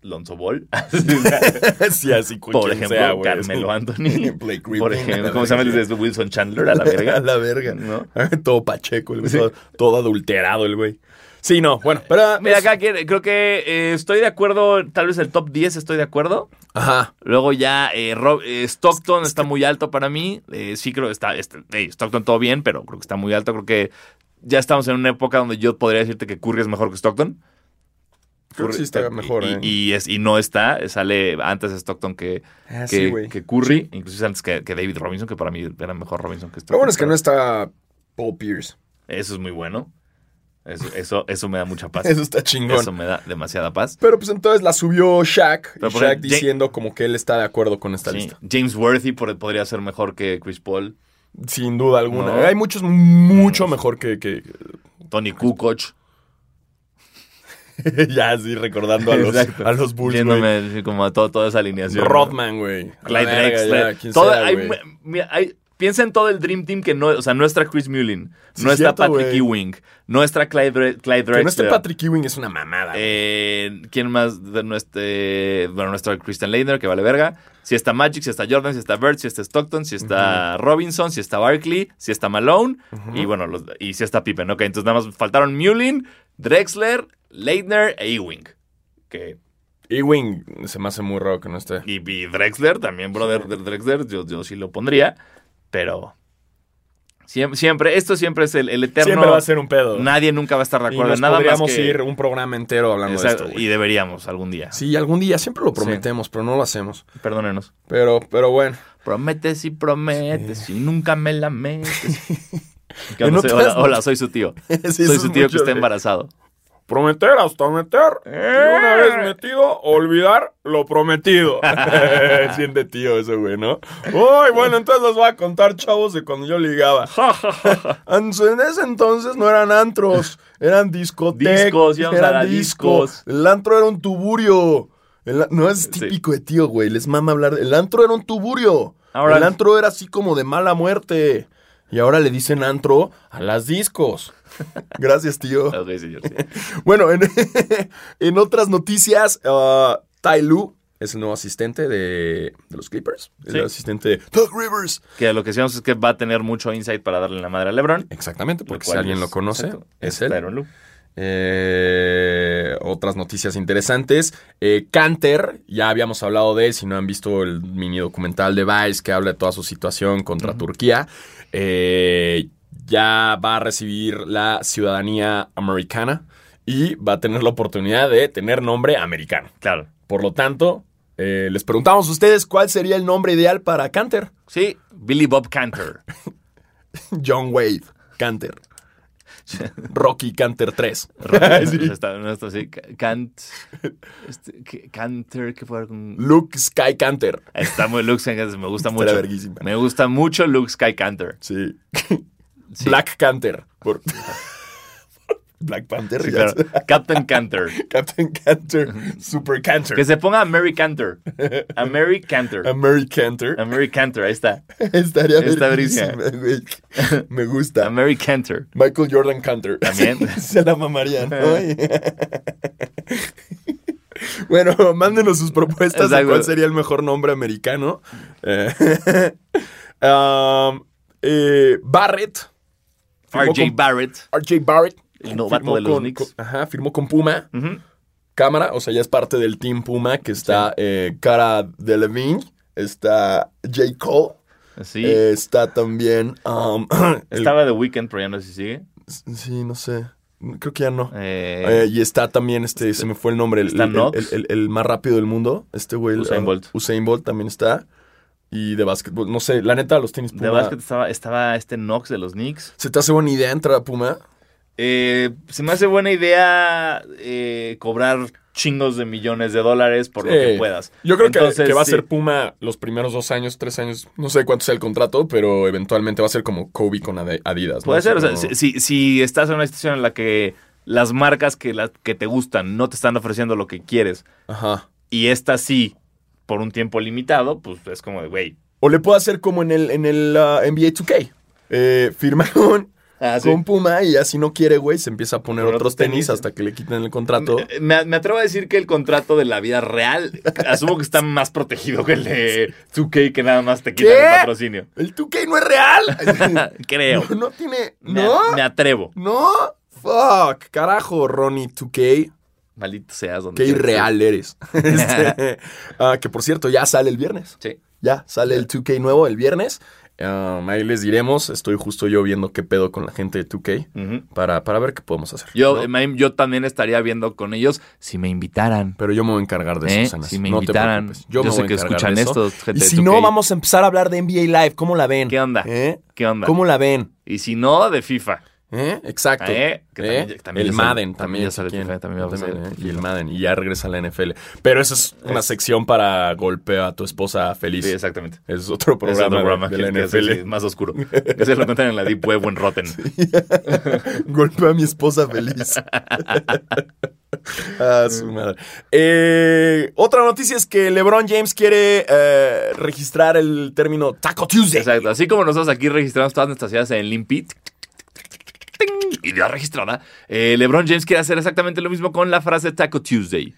Speaker 2: Lonzo Ball.
Speaker 1: sí, así
Speaker 2: Por ejemplo,
Speaker 1: sea, güey.
Speaker 2: Carmelo Anthony.
Speaker 1: Blake Griffin.
Speaker 2: Por ejemplo, ¿cómo se llama? Desde Wilson Chandler a la
Speaker 1: A
Speaker 2: verga.
Speaker 1: la verga.
Speaker 2: ¿No?
Speaker 1: Todo pacheco, el güey. Todo, todo adulterado, el güey. Sí, no, bueno, pero... pues,
Speaker 2: Mira, acá quiere- creo que eh, estoy de acuerdo, tal vez el top 10 estoy de acuerdo.
Speaker 1: Ajá.
Speaker 2: Luego ya eh, Rob- eh, Stockton está muy alto para mí. Eh, sí creo que está, este, hey, Stockton todo bien, pero creo que está muy alto. Creo que ya estamos en una época donde yo podría decirte que Curry es mejor que Stockton.
Speaker 1: Creo que sí está mejor,
Speaker 2: y,
Speaker 1: ¿eh?
Speaker 2: y es, y no está, eh, sale antes Stockton que,
Speaker 1: Ah, sí,
Speaker 2: que,
Speaker 1: güey.
Speaker 2: que Curry, inclusive antes que, que David Robinson, que para mí era mejor Robinson que Stockton.
Speaker 1: Lo bueno es que no está Paul Pierce.
Speaker 2: Eso es muy bueno. Eso, eso, eso me da mucha paz.
Speaker 1: Eso está chingón.
Speaker 2: Ah, Eso me da demasiada paz.
Speaker 1: Pero pues entonces la subió Shaq. Y
Speaker 2: Pero, por
Speaker 1: Shaq
Speaker 2: ejemplo,
Speaker 1: diciendo como que él está de acuerdo con esta
Speaker 2: Sí,
Speaker 1: lista.
Speaker 2: James Worthy por- podría ser mejor que Chris Paul.
Speaker 1: Sin duda alguna.
Speaker 2: No.
Speaker 1: Hay muchos mucho mejor que... que-
Speaker 2: Tony Kukoc.
Speaker 1: ya, sí, recordando a los,
Speaker 2: Exacto.
Speaker 1: a los Bulls, güey.
Speaker 2: Yéndome así como a todo- toda esa alineación.
Speaker 1: Rodman, güey. A
Speaker 2: Clyde
Speaker 1: la verga,
Speaker 2: Drexler.
Speaker 1: ya, quien
Speaker 2: Todo-
Speaker 1: sea,
Speaker 2: hay-
Speaker 1: güey.
Speaker 2: mira, hay- piensa en todo el Dream Team que no, o sea, no está Chris Mullin,
Speaker 1: Sí,
Speaker 2: no está
Speaker 1: cierto,
Speaker 2: Patrick
Speaker 1: güey.
Speaker 2: Ewing, no está Clyde, Dre- Clyde Drexler.
Speaker 1: Que no esté Patrick Ewing es una mamada. güey.
Speaker 2: Eh, ¿Quién más? De nuestro, bueno, nuestro Christian Leitner, que vale verga. Si está Magic, si está Jordan, si está Bird, si está Stockton, si está Robinson, si está Barkley, si está Malone y bueno, los- y si está Pippen. Ok, entonces nada más faltaron Mullin, Drexler, Leitner e Ewing. Que,
Speaker 1: Ewing se me hace muy raro que no esté.
Speaker 2: y, y Drexler también, brother de Drexler, yo, yo sí lo pondría, pero siem- siempre, esto siempre es el, el eterno.
Speaker 1: Siempre va a ser un pedo.
Speaker 2: Nadie nunca va a estar de
Speaker 1: Y
Speaker 2: acuerdo
Speaker 1: nos
Speaker 2: en nada más.
Speaker 1: podríamos
Speaker 2: que-
Speaker 1: ir un programa entero hablando
Speaker 2: Exacto,
Speaker 1: de esto.
Speaker 2: y
Speaker 1: güey.
Speaker 2: deberíamos algún día.
Speaker 1: Sí, algún día siempre lo prometemos, pero no lo hacemos.
Speaker 2: Perdónenos.
Speaker 1: Pero, pero bueno.
Speaker 2: Prometes y prometes y nunca me la metes. ¿Qué
Speaker 1: En
Speaker 2: onda? Soy-
Speaker 1: otras-
Speaker 2: hola, hola, soy su tío.
Speaker 1: Sí,
Speaker 2: soy
Speaker 1: eso
Speaker 2: su
Speaker 1: es
Speaker 2: tío que
Speaker 1: mucho,
Speaker 2: está
Speaker 1: güey.
Speaker 2: embarazado.
Speaker 1: Prometer hasta meter. Y una
Speaker 2: Eh.
Speaker 1: vez metido, olvidar lo prometido. Siente tío eso, güey, ¿no? Uy, bueno, entonces les voy a contar, chavos, de cuando yo ligaba. En su- en ese entonces no eran antros, eran discotecas.
Speaker 2: Discos, íbamos a la
Speaker 1: eran
Speaker 2: discos.
Speaker 1: discos. El antro era un tuburio. El a- no es
Speaker 2: Sí.
Speaker 1: típico de tío, güey. Les mama hablar. de- El antro era un tuburio.
Speaker 2: Ahora-
Speaker 1: el antro era así como de mala muerte. Y ahora le dicen antro a las discos. Gracias, tío.
Speaker 2: Ok, señor, sí.
Speaker 1: Bueno, en, en otras noticias, ah, Ty Lue es el nuevo asistente de, de los Clippers. El
Speaker 2: Sí.
Speaker 1: asistente de Doc Rivers.
Speaker 2: Que lo que decíamos es que va a tener mucho insight para darle la madre a LeBron. lo
Speaker 1: Exactamente, porque si
Speaker 2: cual
Speaker 1: alguien
Speaker 2: es-
Speaker 1: lo conoce,
Speaker 2: exacto,
Speaker 1: es él.
Speaker 2: Tyronn Lue.
Speaker 1: Eh, otras noticias interesantes. Eh, Canter, ya habíamos hablado de él, si no han visto el mini documental de Vice que habla de toda su situación contra Turquía, eh, ya va a recibir la ciudadanía americana y va a tener la oportunidad de tener nombre americano.
Speaker 2: Claro.
Speaker 1: Por lo tanto, eh, les preguntamos a ustedes cuál sería el nombre ideal para Canter.
Speaker 2: Sí, Billy Bob Cantor.
Speaker 1: John Wade, Canter. Rocky Canter 3.
Speaker 2: No está- no está así. Ca- Cant. este, que- Cantor, ¿qué fue? Con...
Speaker 1: Luke Sky Canter.
Speaker 2: Está muy Luke Sky Cantor, me gusta
Speaker 1: Está
Speaker 2: mucho.
Speaker 1: verguísima.
Speaker 2: Me gusta mucho Luke Sky Cantor.
Speaker 1: Sí.
Speaker 2: Sí.
Speaker 1: Black Canter. Por... Black Panther.
Speaker 2: Sí,
Speaker 1: ya
Speaker 2: claro.
Speaker 1: sé.
Speaker 2: Captain Cantor.
Speaker 1: Captain Canter. Super
Speaker 2: Que
Speaker 1: Canter.
Speaker 2: se ponga a Mary Cantor. A Mary Cantor.
Speaker 1: Mary Canter.
Speaker 2: A Mary Cantor, ahí está.
Speaker 1: Estaría
Speaker 2: Está
Speaker 1: verguísima, güey. Me
Speaker 2: A
Speaker 1: gusta.
Speaker 2: Mary Cantor.
Speaker 1: Michael Jordan Cantor.
Speaker 2: También. Eh,
Speaker 1: Se la mamarían. ¿no? bueno, mándenos sus propuestas de
Speaker 2: Exacto.
Speaker 1: cuál sería el mejor nombre americano. Eh, um, eh, Barrett. Firmó
Speaker 2: RJ
Speaker 1: con-
Speaker 2: Barrett.
Speaker 1: RJ Barrett.
Speaker 2: El novato
Speaker 1: firmó
Speaker 2: de los
Speaker 1: con-
Speaker 2: Knicks.
Speaker 1: con- ajá, firmó con Puma.
Speaker 2: Ujú.
Speaker 1: Cámara, o sea, ya es parte del Team Puma que está eh, Cara Delevingne, está J. Cole,
Speaker 2: Sí.
Speaker 1: eh, está también... um, el-
Speaker 2: Estaba The Weeknd, pero ya no sé si sigue.
Speaker 1: Sí, no sé, creo que ya no.
Speaker 2: Eh,
Speaker 1: Eh, y está también este, se me fue el nombre, el,
Speaker 2: está
Speaker 1: el-
Speaker 2: Knox.
Speaker 1: el- el- el más rápido del mundo, este güey. el-
Speaker 2: Usain Bolt.
Speaker 1: Usain Bolt también está. Y de básquetbol, no sé, la neta, los tenis Puma.
Speaker 2: de básquet estaba, estaba este Knox de los Knicks.
Speaker 1: ¿Se te hace buena idea entrar a Puma?
Speaker 2: Eh, se me hace buena idea eh, cobrar chingos de millones de dólares por lo que
Speaker 1: Sí.
Speaker 2: puedas.
Speaker 1: Yo creo que-
Speaker 2: Entonces,
Speaker 1: que, va a
Speaker 2: sí.
Speaker 1: ser Puma los primeros dos años, tres años, no sé cuánto sea el contrato, pero eventualmente va a ser como Kobe con Ade- Adidas. ¿no?
Speaker 2: Puede ser, o sea,
Speaker 1: como-
Speaker 2: si, si- si estás en una situación en la que las marcas que, las que te gustan no te están ofreciendo lo que quieres
Speaker 1: Ajá.
Speaker 2: y esta sí por un tiempo limitado, pues es como de, güey,
Speaker 1: O le puedo hacer como en el, en el ah, NBA 2K. Eh, firmaron
Speaker 2: Ah, sí.
Speaker 1: con Puma y ya si no quiere, güey, se empieza a poner
Speaker 2: Con
Speaker 1: otros
Speaker 2: otros
Speaker 1: tenis,
Speaker 2: tenis.
Speaker 1: hasta que le quiten el contrato.
Speaker 2: Me, me atrevo a decir que el contrato de la vida real, asumo que está más protegido que el de 2K, que nada más te quita
Speaker 1: ¿Qué?
Speaker 2: el patrocinio.
Speaker 1: ¿El 2K no es real?
Speaker 2: Creo.
Speaker 1: no, no tiene...
Speaker 2: Me,
Speaker 1: ¿No?
Speaker 2: me atrevo.
Speaker 1: ¿No? Fuck, carajo, Ronnie 2K.
Speaker 2: Maldito seas donde
Speaker 1: Qué
Speaker 2: quieras.
Speaker 1: irreal eres. Este, ah, que por cierto, ya sale el viernes.
Speaker 2: Sí.
Speaker 1: Ya sale el 2K nuevo el viernes. Ah, ahí les diremos. Estoy justo yo viendo qué pedo con la gente de 2K
Speaker 2: Ujú.
Speaker 1: para, para ver qué podemos hacer.
Speaker 2: Yo,
Speaker 1: ¿no?
Speaker 2: me- yo también estaría viendo con ellos si me invitaran.
Speaker 1: Pero yo me voy a encargar de eso,
Speaker 2: ¿eh?
Speaker 1: Sanas.
Speaker 2: Si me
Speaker 1: No te
Speaker 2: invitaran.
Speaker 1: preocupes.
Speaker 2: Yo,
Speaker 1: me
Speaker 2: sé
Speaker 1: voy a
Speaker 2: que
Speaker 1: encargar
Speaker 2: escuchan
Speaker 1: de eso.
Speaker 2: esto, gente
Speaker 1: Y
Speaker 2: de
Speaker 1: si
Speaker 2: 2K.
Speaker 1: no, vamos a empezar a hablar de NBA Live. ¿Cómo la ven?
Speaker 2: ¿Qué onda?
Speaker 1: ¿Eh?
Speaker 2: ¿Qué onda?
Speaker 1: ¿Cómo la ven?
Speaker 2: Y si no, de FIFA.
Speaker 1: ¿Eh? Exacto.
Speaker 2: ¿Eh? Que
Speaker 1: ¿Eh?
Speaker 2: también- también
Speaker 1: el
Speaker 2: ya sale-
Speaker 1: Madden
Speaker 2: también
Speaker 1: también.
Speaker 2: ya
Speaker 1: si
Speaker 2: sale
Speaker 1: quieren.
Speaker 2: FIFA, también va a
Speaker 1: También,
Speaker 2: salir
Speaker 1: ¿eh? Y el Madden. Y ya regresa a la NFL. Pero esa es una sección para golpea a tu esposa feliz.
Speaker 2: Sí, exactamente.
Speaker 1: Es otro
Speaker 2: Es
Speaker 1: programa,
Speaker 2: otro programa
Speaker 1: de,
Speaker 2: que-
Speaker 1: de la
Speaker 2: que es- sí,
Speaker 1: NFL.
Speaker 2: más oscuro. Que se lo encuentran en la Deep Web o en Rotten.
Speaker 1: Golpea a mi esposa feliz. ah, su madre. Eh, otra noticia es que LeBron James quiere eh, registrar el término Taco Tuesday.
Speaker 2: Exacto. Así como nosotros aquí registramos todas nuestras ideas en Limpit. Y ya registrada. eh, LeBron James quiere hacer exactamente lo mismo con la frase Taco Tuesday.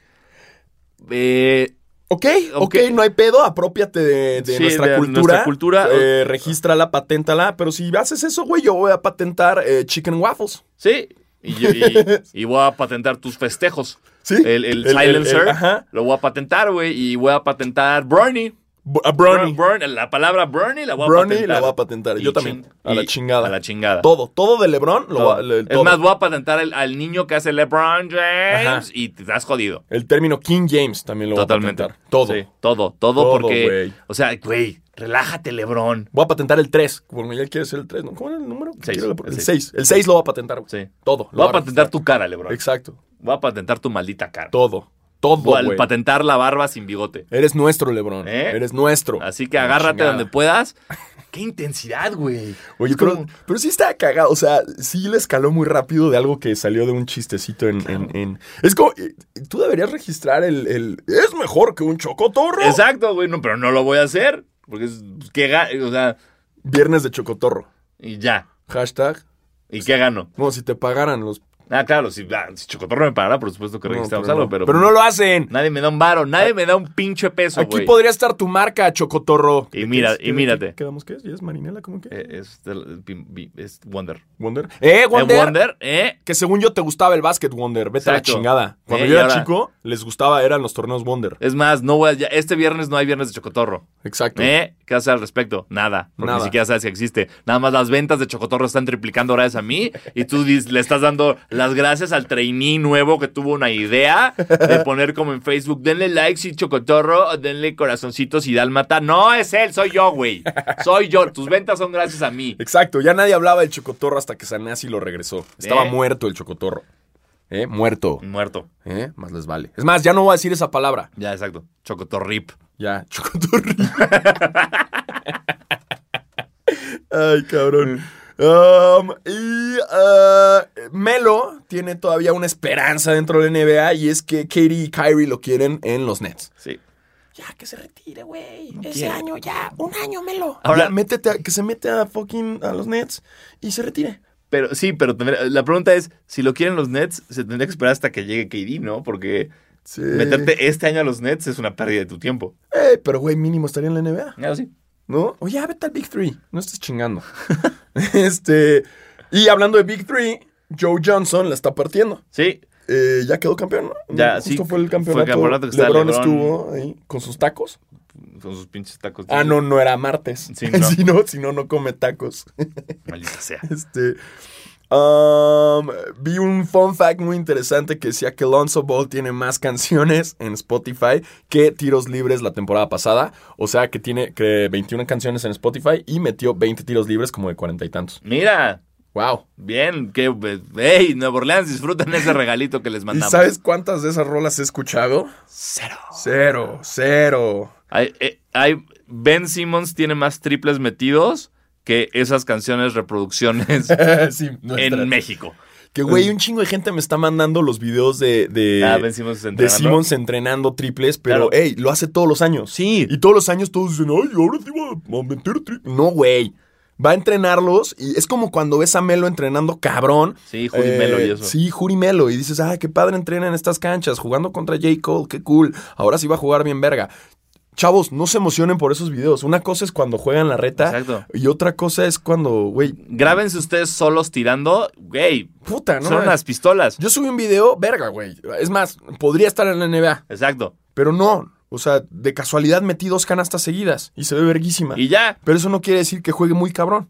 Speaker 2: Eh,
Speaker 1: Ok, ok,
Speaker 2: Ok.
Speaker 1: no hay pedo, apropiate de, de
Speaker 2: Sí,
Speaker 1: nuestra
Speaker 2: de
Speaker 1: cultura.
Speaker 2: nuestra cultura.
Speaker 1: Eh, regístrala, paténtala, pero si haces eso, güey, yo voy a patentar eh, chicken waffles.
Speaker 2: sí. Y, yo- y- y voy a patentar tus festejos.
Speaker 1: ¿Sí?
Speaker 2: El, el silencer
Speaker 1: el- ajá.
Speaker 2: lo voy a patentar, güey. Y voy a patentar brownie.
Speaker 1: B- a brownie.
Speaker 2: Brownie, la palabra brownie la voy a
Speaker 1: Brownie
Speaker 2: patentar.
Speaker 1: la voy a patentar.
Speaker 2: Y
Speaker 1: Yo también.
Speaker 2: chin-
Speaker 1: A la
Speaker 2: y-
Speaker 1: chingada.
Speaker 2: A la chingada.
Speaker 1: Todo, todo de LeBron. Lo
Speaker 2: Todo.
Speaker 1: va- le-
Speaker 2: Es
Speaker 1: todo.
Speaker 2: más, voy a patentar al, al niño que hace LeBron James
Speaker 1: Ajá.
Speaker 2: y te has jodido.
Speaker 1: El término King James también lo
Speaker 2: Totalmente.
Speaker 1: voy a patentar. Todo.
Speaker 2: Sí, todo, todo,
Speaker 1: Todo,
Speaker 2: porque.
Speaker 1: güey.
Speaker 2: O sea, güey, relájate, LeBron.
Speaker 1: Voy a patentar el 3. Como ya quiere ser el 3, ¿no? ¿Cómo era el número?
Speaker 2: Seis.
Speaker 1: Quiero
Speaker 2: El
Speaker 1: El
Speaker 2: seis.
Speaker 1: 6. El 6 lo voy a patentar, güey.
Speaker 2: Sí.
Speaker 1: Todo. lo
Speaker 2: Voy a
Speaker 1: voy
Speaker 2: patentar tu cara, LeBron.
Speaker 1: Exacto.
Speaker 2: Voy a patentar tu maldita cara.
Speaker 1: Todo. Todo,
Speaker 2: Voy a
Speaker 1: güey.
Speaker 2: patentar la barba sin bigote.
Speaker 1: Eres nuestro, LeBron.
Speaker 2: ¿Eh?
Speaker 1: Eres nuestro.
Speaker 2: Así que
Speaker 1: La
Speaker 2: agárrate
Speaker 1: chingada.
Speaker 2: donde puedas. ¡Qué intensidad, güey!
Speaker 1: Oye,
Speaker 2: Es
Speaker 1: pero,
Speaker 2: como-
Speaker 1: pero sí está cagado. O sea, sí le escaló muy rápido de algo que salió de un chistecito en. en- en- Es como. eh, Tú deberías registrar el, el- Es mejor que un chocotorro.
Speaker 2: Exacto, güey, no, pero no lo voy a hacer. Porque es. pues, ¿Qué ga- O sea,
Speaker 1: Viernes de chocotorro.
Speaker 2: y ya.
Speaker 1: Hashtag.
Speaker 2: ¿Y qué gano?
Speaker 1: Como si te pagaran los.
Speaker 2: Ah, claro, si, ah, si Chocotorro me parará, por supuesto que
Speaker 1: No,
Speaker 2: registramos
Speaker 1: pero no.
Speaker 2: algo, pero.
Speaker 1: Pero no lo hacen.
Speaker 2: Nadie me da un varo, nadie me da un pinche peso,
Speaker 1: Aquí
Speaker 2: güey.
Speaker 1: podría estar tu marca, Chocotorro.
Speaker 2: Y mira, y mírate.
Speaker 1: ¿Quedamos qué es? ¿Y es Marinela? ¿Cómo que?
Speaker 2: Eh, Es, del- pi- pi- es Wonder.
Speaker 1: Wonder. ¡Eh,
Speaker 2: Eh,
Speaker 1: Wonder!
Speaker 2: Wonder, ¿eh?
Speaker 1: Que según yo te gustaba el básquet, Wonder. Vete
Speaker 2: Exacto.
Speaker 1: a la chingada. Cuando
Speaker 2: Eh,
Speaker 1: yo
Speaker 2: y
Speaker 1: era
Speaker 2: ahora-
Speaker 1: chico, les gustaba, eran los torneos Wonder.
Speaker 2: Es más, no voy a- ya- este viernes no hay viernes de Chocotorro.
Speaker 1: Exacto.
Speaker 2: ¿Eh? ¿Qué haces al respecto? Nada. Porque
Speaker 1: Nada.
Speaker 2: ni siquiera sabes que existe. Nada más las ventas de Chocotorro están triplicando gracias a mí. Y tú dis- le estás dando las gracias al trainee nuevo que tuvo una idea de poner como en Facebook: denle like si Chocotorro, o denle corazoncitos y dálmata. No es él, soy yo, güey. Soy yo. Tus ventas son gracias a mí.
Speaker 1: Exacto. Ya nadie hablaba del Chocotorro hasta que Sanasi lo regresó. Estaba
Speaker 2: Eh.
Speaker 1: muerto el Chocotorro. ¿Eh? Muerto.
Speaker 2: Muerto.
Speaker 1: ¿Eh? Más les vale. Es más, ya no voy a decir esa palabra.
Speaker 2: Ya, exacto. Chocotorrip.
Speaker 1: Ya, Chocotorro. Ay, cabrón. Um, y ah, Melo tiene todavía una esperanza dentro de la NBA y es que Katie y Kyrie lo quieren en los Nets.
Speaker 2: Sí.
Speaker 1: Ya, que se retire, güey. Ese
Speaker 2: quiere.
Speaker 1: año ya, un año, Melo. Ahora,
Speaker 2: Ahora-
Speaker 1: métete a- que se mete a fucking a los Nets y se retire.
Speaker 2: Pero sí, pero tendría- la pregunta es, si lo quieren los Nets, se tendría que esperar hasta que llegue KD, ¿no? Porque
Speaker 1: Sí.
Speaker 2: meterte este año a los Nets es una pérdida de tu tiempo.
Speaker 1: Eh, pero güey, mínimo estaría en la NBA,
Speaker 2: Ah, sí.
Speaker 1: ¿no? Oye, ya, vete al Big Three. No estés chingando. este. Y hablando de Big Three, Joe Johnson la está partiendo.
Speaker 2: Sí,
Speaker 1: Eh, ya quedó campeón, ¿no?
Speaker 2: Ya,
Speaker 1: Justo
Speaker 2: sí,
Speaker 1: fue el
Speaker 2: fue el
Speaker 1: campeonato.
Speaker 2: campeonato que está
Speaker 1: LeBron,
Speaker 2: LeBron.
Speaker 1: estuvo ahí con sus tacos.
Speaker 2: con sus pinches tacos.
Speaker 1: Ah, no, no era martes.
Speaker 2: Sí, no.
Speaker 1: si no, si no, no come tacos.
Speaker 2: Maldita sea.
Speaker 1: Este. um, vi un fun fact muy interesante que decía que Lonzo Ball tiene más canciones en Spotify que tiros libres la temporada pasada. O sea que tiene que 21 canciones en Spotify y metió 20 tiros libres como de cuarenta y tantos.
Speaker 2: Mira,
Speaker 1: ¡Wow!
Speaker 2: bien, que... ¡Ey, Nueva Orleans, disfruten ese regalito que les
Speaker 1: ¿Y
Speaker 2: mandamos!
Speaker 1: sabes cuántas de esas rolas he escuchado?
Speaker 2: Cero.
Speaker 1: Cero, cero.
Speaker 2: Hay, eh, hay- ben Simmons tiene más triples metidos que esas canciones reproducciones
Speaker 1: sí, nuestra.
Speaker 2: en México.
Speaker 1: Que güey, un chingo de gente me está mandando los videos de, de,
Speaker 2: Ah, Ben Simmons
Speaker 1: de
Speaker 2: entrenando.
Speaker 1: Eh, Simmons entrenando triples, pero
Speaker 2: Claro.
Speaker 1: hey, lo hace todos los años.
Speaker 2: Sí.
Speaker 1: Y todos los años todos dicen, ay, ahora te iba a meter tri-". No, güey. va a entrenarlos y es como cuando ves a Melo entrenando cabrón. Eh,
Speaker 2: Sí, Juri Melo y eso.
Speaker 1: Sí, Juri Melo. Y dices, ah, qué padre entrena en estas canchas, jugando contra J. Cole, qué cool. Ahora sí va a jugar bien verga. Chavos, no se emocionen por esos videos. Una cosa es cuando juegan la reta.
Speaker 2: Exacto.
Speaker 1: Y otra cosa es cuando, güey,
Speaker 2: Grábense ustedes solos tirando, güey.
Speaker 1: puta, Ah, ¿no? eh.
Speaker 2: son las pistolas.
Speaker 1: Yo subí un video, verga, güey. Es más, podría estar en la NBA,
Speaker 2: Exacto.
Speaker 1: pero no. O sea, de casualidad metí dos canastas seguidas y se ve verguísima.
Speaker 2: Y ya,
Speaker 1: Pero eso no quiere decir que juegue muy cabrón.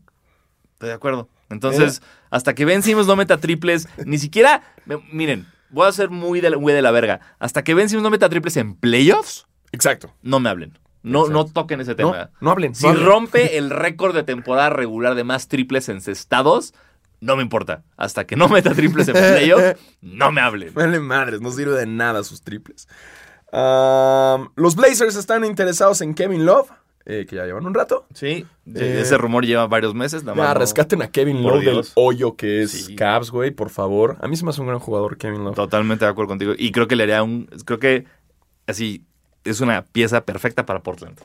Speaker 2: estoy de acuerdo. Entonces, hasta que Ben Simmons no meta triples, ni siquiera. me- Miren, voy a ser muy de la, güey de la verga. Hasta que Ben Simmons no meta triples en playoffs,
Speaker 1: Exacto.
Speaker 2: no me hablen. No, no toquen ese
Speaker 1: No,
Speaker 2: tema.
Speaker 1: no hablen.
Speaker 2: Si
Speaker 1: no hablen.
Speaker 2: rompe el récord de temporada regular de más triples encestados, no me importa. Hasta que no meta triples en playoff, no me hablen.
Speaker 1: Vale madres, no sirve de nada sus triples. Am, los Blazers están interesados en Kevin Love, eh, que ya llevan un rato.
Speaker 2: Sí,
Speaker 1: Eh,
Speaker 2: E, ese rumor lleva varios meses. Nada más
Speaker 1: Ya,
Speaker 2: no-
Speaker 1: rescaten a Kevin
Speaker 2: Por
Speaker 1: Love del
Speaker 2: Dios.
Speaker 1: hoyo que es
Speaker 2: Sí.
Speaker 1: Cavs, güey, por favor. A mí se me hace un gran jugador Kevin Love.
Speaker 2: Totalmente de acuerdo contigo. Y creo que le haría un. Creo que así es una pieza perfecta para Portland.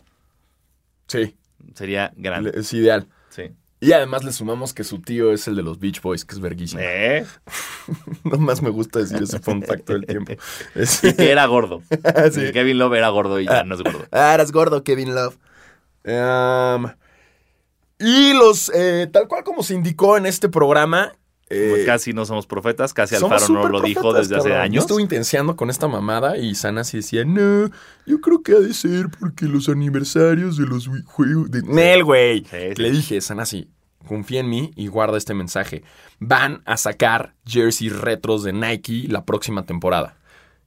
Speaker 1: Sí,
Speaker 2: Sería grande.
Speaker 1: le- es ideal.
Speaker 2: Sí.
Speaker 1: Y además le sumamos que su tío es el de los Beach Boys, que es verguísimo.
Speaker 2: ¿Eh?
Speaker 1: Nomás me gusta decir ese fun fact todo el tiempo. Es-
Speaker 2: Y que era gordo.
Speaker 1: Ah, Sí.
Speaker 2: Y Kevin Love era gordo y ya no es gordo.
Speaker 1: Ah, eras gordo, Kevin Love. y los, eh, tal cual como se indicó en este programa, eh,
Speaker 2: Pues casi no somos profetas, casi
Speaker 1: somos
Speaker 2: Alfaro no lo
Speaker 1: superprofetas,
Speaker 2: dijo desde hace
Speaker 1: cabrón. Yo
Speaker 2: años.
Speaker 1: estuve intenciando con esta mamada y Sana así decía, no, yo creo que ha de ser porque los aniversarios de los wi- juegos de... Nel, güey.
Speaker 2: Sí, sí.
Speaker 1: Le dije, Sana así, confía en mí y guarda este mensaje. Van a sacar jerseys retros de Nike la próxima temporada.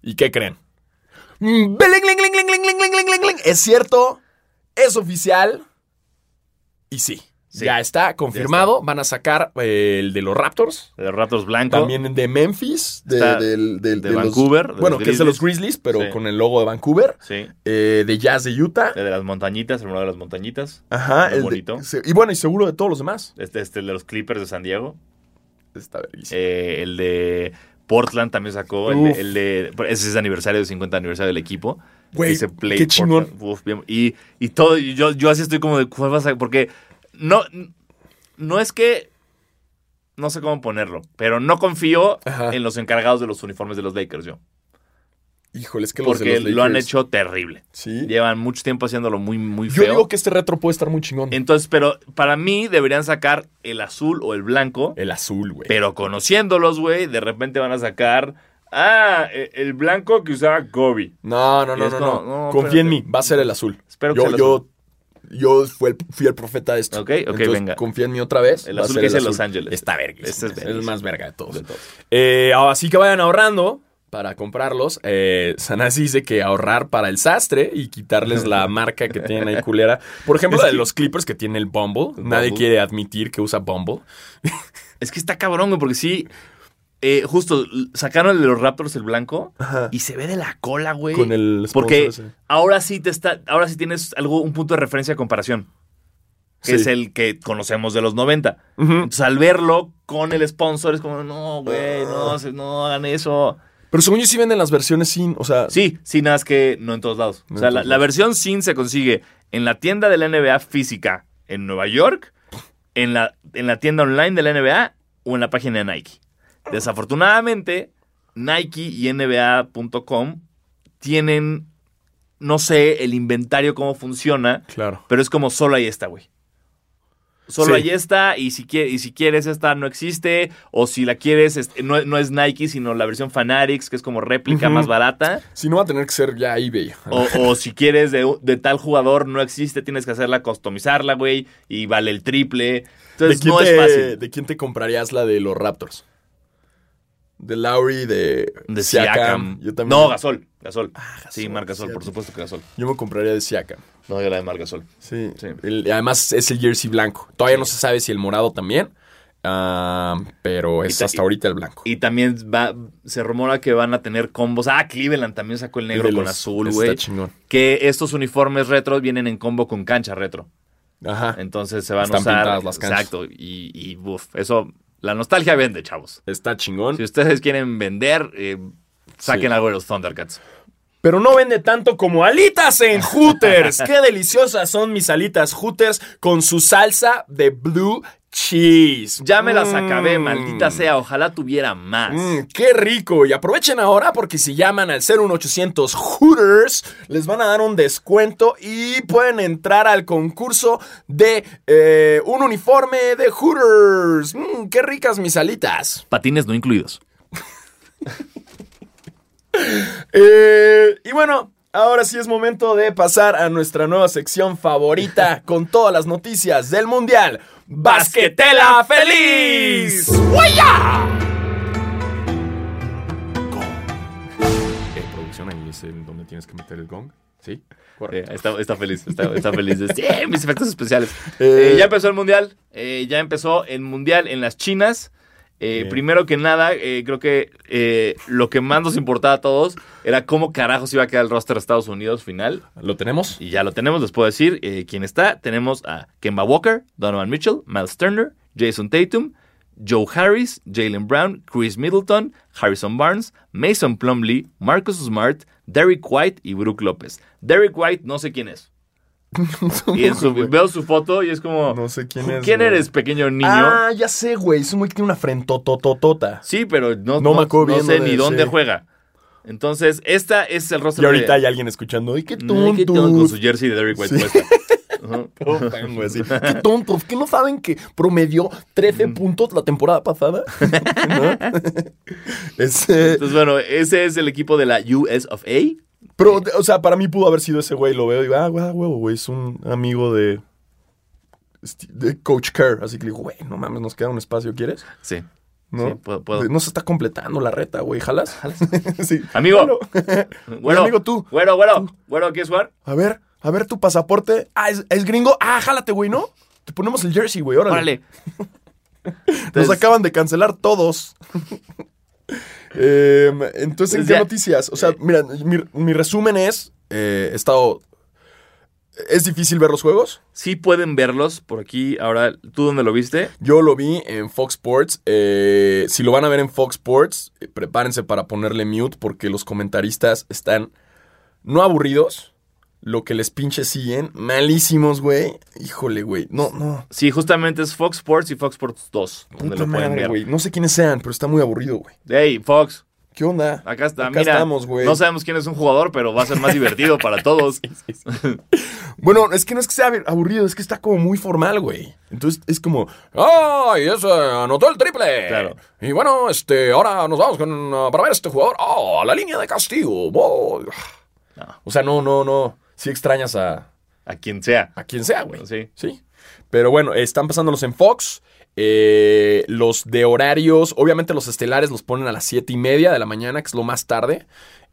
Speaker 1: ¿Y qué creen? Mm, bling, bling, bling, bling, bling, bling, bling, bling, bling. Es cierto, es oficial y sí.
Speaker 2: Sí.
Speaker 1: Ya está confirmado. Van a sacar eh, el de los Raptors.
Speaker 2: De los Raptors Blanco.
Speaker 1: También de Memphis, de,
Speaker 2: Está
Speaker 1: del- del-
Speaker 2: de
Speaker 1: los-
Speaker 2: Vancouver, de los
Speaker 1: bueno, que es de los
Speaker 2: Grizzlies.
Speaker 1: Grizzlies, pero
Speaker 2: Sí.
Speaker 1: con el logo de Vancouver.
Speaker 2: Sí.
Speaker 1: eh, de Jazz de Utah.
Speaker 2: El de las montañitas, el uno de las montañitas.
Speaker 1: Ajá.
Speaker 2: muy
Speaker 1: el de-
Speaker 2: bonito.
Speaker 1: se- y bueno, y seguro de todos los demás.
Speaker 2: Este, este, el de los Clippers de San Diego.
Speaker 1: Está verguísima.
Speaker 2: Eh, el de Portland también sacó. El
Speaker 1: Uf.
Speaker 2: de, el de- ese es aniversario, 50 aniversario del equipo.
Speaker 1: Güey,
Speaker 2: Ese play
Speaker 1: qué
Speaker 2: Portland. Uf, bien. Y, y todo, y yo, yo así estoy como de cuál vas a. Porque no, no es que. No sé cómo ponerlo, pero no confío
Speaker 1: Ajá.
Speaker 2: en los encargados de los uniformes de los Lakers, yo.
Speaker 1: Híjole, es que los de
Speaker 2: Porque
Speaker 1: los
Speaker 2: lo han
Speaker 1: Lakers-
Speaker 2: hecho terrible.
Speaker 1: Sí.
Speaker 2: Llevan mucho tiempo haciéndolo muy, muy
Speaker 1: Yo
Speaker 2: feo.
Speaker 1: digo que este retro puede estar muy chingón.
Speaker 2: Entonces, pero para mí deberían sacar el azul o el blanco.
Speaker 1: El azul, güey.
Speaker 2: Pero conociéndolos, güey, de repente van a sacar. Ah, e- el blanco que usaba Kobe.
Speaker 1: No, no,
Speaker 2: Y
Speaker 1: no,
Speaker 2: es
Speaker 1: no,
Speaker 2: como,
Speaker 1: no.
Speaker 2: no,
Speaker 1: Confía en mí,
Speaker 2: espérate.
Speaker 1: va a ser el azul.
Speaker 2: Espero que
Speaker 1: yo,
Speaker 2: sea el
Speaker 1: yo, yo fui el, fui el profeta de esto.
Speaker 2: Ok, ok,
Speaker 1: Entonces,
Speaker 2: venga.
Speaker 1: Confía en mí otra vez.
Speaker 2: El
Speaker 1: va a
Speaker 2: azul
Speaker 1: ser el
Speaker 2: que es de
Speaker 1: azul.
Speaker 2: Los Ángeles.
Speaker 1: Está verga.
Speaker 2: Este es
Speaker 1: es el
Speaker 2: verguísimo.
Speaker 1: más verga de todos.
Speaker 2: De todos.
Speaker 1: Eh, así que vayan ahorrando para comprarlos. Eh, Sanasi dice que ahorrar para el sastre y quitarles la marca que tienen ahí culera. Por ejemplo, la de los Clippers que tiene el Bumble. Nadie
Speaker 2: Bumble.
Speaker 1: quiere admitir que usa Bumble.
Speaker 2: Es que está cabrón, güey, porque sí. eh, justo l- sacaron el de los Raptors el blanco y se ve de la cola, güey.
Speaker 1: Con el sponsor
Speaker 2: Porque
Speaker 1: ese.
Speaker 2: ahora sí te está, ahora sí tienes algo, un punto de referencia de comparación. Que
Speaker 1: Sí.
Speaker 2: es el que conocemos de los 90.
Speaker 1: Ujú.
Speaker 2: Entonces, al verlo con el sponsor, es como, no, güey,
Speaker 1: Ah.
Speaker 2: no, se- no hagan eso.
Speaker 1: Pero según yo sí venden las versiones sin, o sea,
Speaker 2: Sí, sí, nada más que no en todos lados.
Speaker 1: No en
Speaker 2: o sea,
Speaker 1: todos
Speaker 2: la,
Speaker 1: lados.
Speaker 2: la versión sin se consigue en la tienda de la NBA física en Nueva York, en la, en la tienda online de la NBA o en la página de Nike. Desafortunadamente, Nike y NBA.com tienen, no sé, el inventario, cómo funciona,
Speaker 1: claro.
Speaker 2: pero es como solo hay esta, güey. Solo
Speaker 1: Sí.
Speaker 2: hay esta y si, quie- y si quieres esta no existe o si la quieres este, no, no es Nike sino la versión Fanatics que es como réplica
Speaker 1: Ujú.
Speaker 2: más barata.
Speaker 1: Si no va a tener que ser ya eBay.
Speaker 2: O, o si quieres de, de tal jugador no existe, tienes que hacerla, customizarla, güey, y vale el triple.
Speaker 1: ¿De
Speaker 2: Entonces
Speaker 1: quién,
Speaker 2: no
Speaker 1: te,
Speaker 2: es fácil.
Speaker 1: ¿De quién te comprarías la de los Raptors? De Lowry, de,
Speaker 2: De Siakam.
Speaker 1: Yo también. Ah,
Speaker 2: No, Gasol. Gasol. sí,
Speaker 1: Gasol,
Speaker 2: Marc Gasol,
Speaker 1: cierto.
Speaker 2: por supuesto que Gasol.
Speaker 1: Yo me compraría de Siakam.
Speaker 2: No, yo la de Marc Gasol.
Speaker 1: Sí.
Speaker 2: Sí.
Speaker 1: El- y además es el jersey blanco. Todavía no se sabe si el morado también. ah, pero es
Speaker 2: ta-
Speaker 1: hasta ahorita el blanco.
Speaker 2: Y también va, se rumora que van a tener combos. Ah, Cleveland también sacó el negro
Speaker 1: El de
Speaker 2: con
Speaker 1: los-
Speaker 2: azul,
Speaker 1: está
Speaker 2: güey.
Speaker 1: chingón.
Speaker 2: Que estos uniformes retro vienen en combo con cancha retro.
Speaker 1: Ajá.
Speaker 2: Entonces se van
Speaker 1: Están
Speaker 2: a usar.
Speaker 1: pintadas las canchas.
Speaker 2: Exacto. Y, y uf, eso. La nostalgia vende, chavos.
Speaker 1: Está chingón.
Speaker 2: Si ustedes quieren vender, eh, saquen
Speaker 1: Sí.
Speaker 2: algo de los Thundercats.
Speaker 1: pero no vende tanto como alitas en Hooters. Qué deliciosas son mis alitas Hooters con su salsa de blue cheese.
Speaker 2: Ya me las
Speaker 1: Mm.
Speaker 2: acabé, maldita sea. Ojalá tuviera más.
Speaker 1: Mm, ¡Qué rico! Y aprovechen ahora porque si llaman al 01800 Hooters, les van a dar un descuento y pueden entrar al concurso de eh, un uniforme de Hooters. Mm, ¡Qué ricas mis alitas!
Speaker 2: Patines no incluidos.
Speaker 1: Eh, y bueno, ahora sí es momento de pasar a nuestra nueva sección favorita con todas las noticias del Mundial. ¡Basquetela feliz! producción ahí es en donde tienes que meter el gong. ¿Sí?
Speaker 2: Eh, está, está feliz, está, está feliz. Sí, mis efectos especiales.
Speaker 1: Eh,
Speaker 2: Eh, ya empezó el mundial. eh, ya empezó el mundial en las Chinas. Eh,
Speaker 1: Bien.
Speaker 2: primero que nada, eh, creo que eh, lo que más nos importaba a todos era cómo carajos iba a quedar el roster de Estados Unidos final.
Speaker 1: ¿Lo tenemos?
Speaker 2: Y ya lo tenemos, les puedo decir eh, quién está. Tenemos a Kemba Walker, Donovan Mitchell, Miles Turner, Jason Tatum, Joe Harris, Jalen Brown, Chris Middleton, Harrison Barnes, Mason Plumlee, Marcus Smart, Derrick White y Brook López. Derrick White, no sé quién es. Y en su- veo su foto y es como...
Speaker 1: No sé quién es, güey.
Speaker 2: eres, pequeño niño?
Speaker 1: Ah, ya sé, güey. Es un güey que tiene una frentotototota.
Speaker 2: Sí, pero
Speaker 1: No
Speaker 2: no, no,
Speaker 1: me acuerdo
Speaker 2: no
Speaker 1: bien
Speaker 2: sé
Speaker 1: dónde-
Speaker 2: ni dónde
Speaker 1: sí.
Speaker 2: juega. Entonces, esta es el roster
Speaker 1: Y ahorita
Speaker 2: de...
Speaker 1: hay alguien escuchando. ¡Ay, qué
Speaker 2: Ay, qué tonto,
Speaker 1: tonto!
Speaker 2: Con su jersey de Derrick White
Speaker 1: Sí.
Speaker 2: puesta. Ujú.
Speaker 1: Open, güey, así. Qué tontos, que no saben que promedió 13 puntos la temporada pasada. ¿No? Es, eh,
Speaker 2: Entonces, bueno, ese es el equipo de la US of A.
Speaker 1: pero, o sea, para mí pudo haber sido ese güey, lo veo y digo, ah, güey, ah, huevo, güey, es un amigo de, Sti- de Coach Kerr. Así que le digo, güey, no mames, nos queda un espacio, ¿quieres?
Speaker 2: Sí.
Speaker 1: ¿No?
Speaker 2: Sí, puedo- puedo.
Speaker 1: No se está completando la reta, güey, ¿jalas? Sí.
Speaker 2: Amigo.
Speaker 1: Bueno,
Speaker 2: Bueno,
Speaker 1: amigo, tú.
Speaker 2: Güero, güero. Güero, ¿quieres jugar?
Speaker 1: a ver, a ver tu pasaporte. Ah, es, es gringo. Ah, jálate, güey, ¿no? Te ponemos el jersey, güey, órale.
Speaker 2: Órale.
Speaker 1: Nos
Speaker 2: Entonces-
Speaker 1: acaban de cancelar todos. Eh, entonces, ¿en
Speaker 2: Pues
Speaker 1: qué
Speaker 2: ya.
Speaker 1: noticias? O sea, mira, mi, mi resumen es, eh, he estado... ¿Es difícil ver los juegos?
Speaker 2: Sí pueden verlos por aquí. Ahora, ¿tú dónde lo viste?
Speaker 1: Yo lo vi en Fox Sports. eh, si lo van a ver en Fox Sports, eh, prepárense para ponerle mute porque los comentaristas están no aburridos. Lo que les pinche siguen, malísimos, güey. Híjole, güey. No, no.
Speaker 2: Sí, justamente es Fox Sports y Fox Sports 2, donde
Speaker 1: Puta
Speaker 2: lo pueden
Speaker 1: madre,
Speaker 2: ver.
Speaker 1: güey. No sé quiénes sean, pero está muy aburrido, güey.
Speaker 2: Hey, Fox,
Speaker 1: ¿Qué onda?
Speaker 2: acá está.
Speaker 1: Acá
Speaker 2: Mira,
Speaker 1: estamos, güey.
Speaker 2: no sabemos quién es un jugador, pero va a ser más divertido para todos.
Speaker 1: Bueno, es que no es que sea aburrido, es que está como muy formal, güey. Entonces es como, ¡ay! ese anotó el triple.
Speaker 2: Claro.
Speaker 1: Y bueno, este, ahora nos vamos con, uh, para ver a este jugador. ¡Oh! A la línea de castigo. Wow.
Speaker 2: No.
Speaker 1: O sea, no, no, no. Sí extrañas a,
Speaker 2: A quien sea.
Speaker 1: a quien sea, güey.
Speaker 2: Sí.
Speaker 1: Sí. Pero bueno, están pasándolos en Fox. Eh, los de horarios, obviamente los estelares los ponen a las 7 y media de la mañana, que es lo más tarde.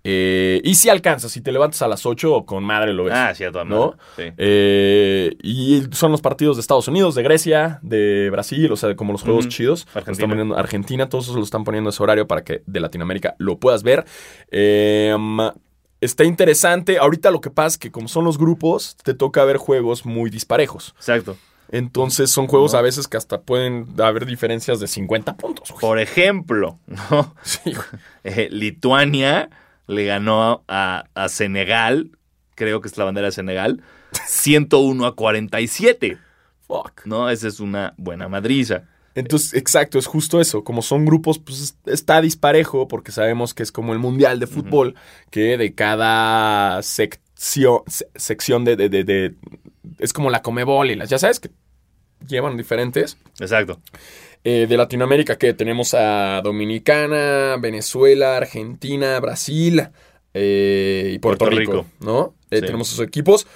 Speaker 1: Eh, y si alcanzas, si te levantas a las 8, con madre lo ves.
Speaker 2: Ah, sí, a toda madre.
Speaker 1: Pues, ¿No?
Speaker 2: Sí.
Speaker 1: Eh, y son los partidos de Estados Unidos, de Grecia, de Brasil, o sea, como los juegos
Speaker 2: Ujú.
Speaker 1: chidos. Lo
Speaker 2: Argentina.
Speaker 1: están poniendo- Argentina, todos esos lo están poniendo a ese horario para que de Latinoamérica lo puedas ver. Eh, ma- está interesante. Ahorita lo que pasa es que como son los grupos, te toca ver juegos muy disparejos.
Speaker 2: Exacto.
Speaker 1: Entonces son juegos
Speaker 2: No.
Speaker 1: a veces que hasta pueden haber diferencias de 50 puntos. güey.
Speaker 2: Por ejemplo, ¿no?
Speaker 1: Sí, güey.
Speaker 2: Eh, Lituania le ganó a, a Senegal, creo que es la bandera de Senegal, 101 a 47.
Speaker 1: Fuck.
Speaker 2: ¿No? Esa es una buena madriza.
Speaker 1: Entonces, exacto, es justo eso. Como son grupos, pues es- está disparejo, porque sabemos que es como el mundial de fútbol, que de cada sección, se- sección de, de- de- de- Es como la Comebol y las. Ya sabes que llevan diferentes.
Speaker 2: Exacto.
Speaker 1: Eh, de Latinoamérica, que tenemos a Dominicana, Venezuela, Argentina, Brasil eh, y Puerto,
Speaker 2: Puerto
Speaker 1: Rico,
Speaker 2: Rico.
Speaker 1: ¿no? Eh,
Speaker 2: Sí.
Speaker 1: Tenemos esos equipos.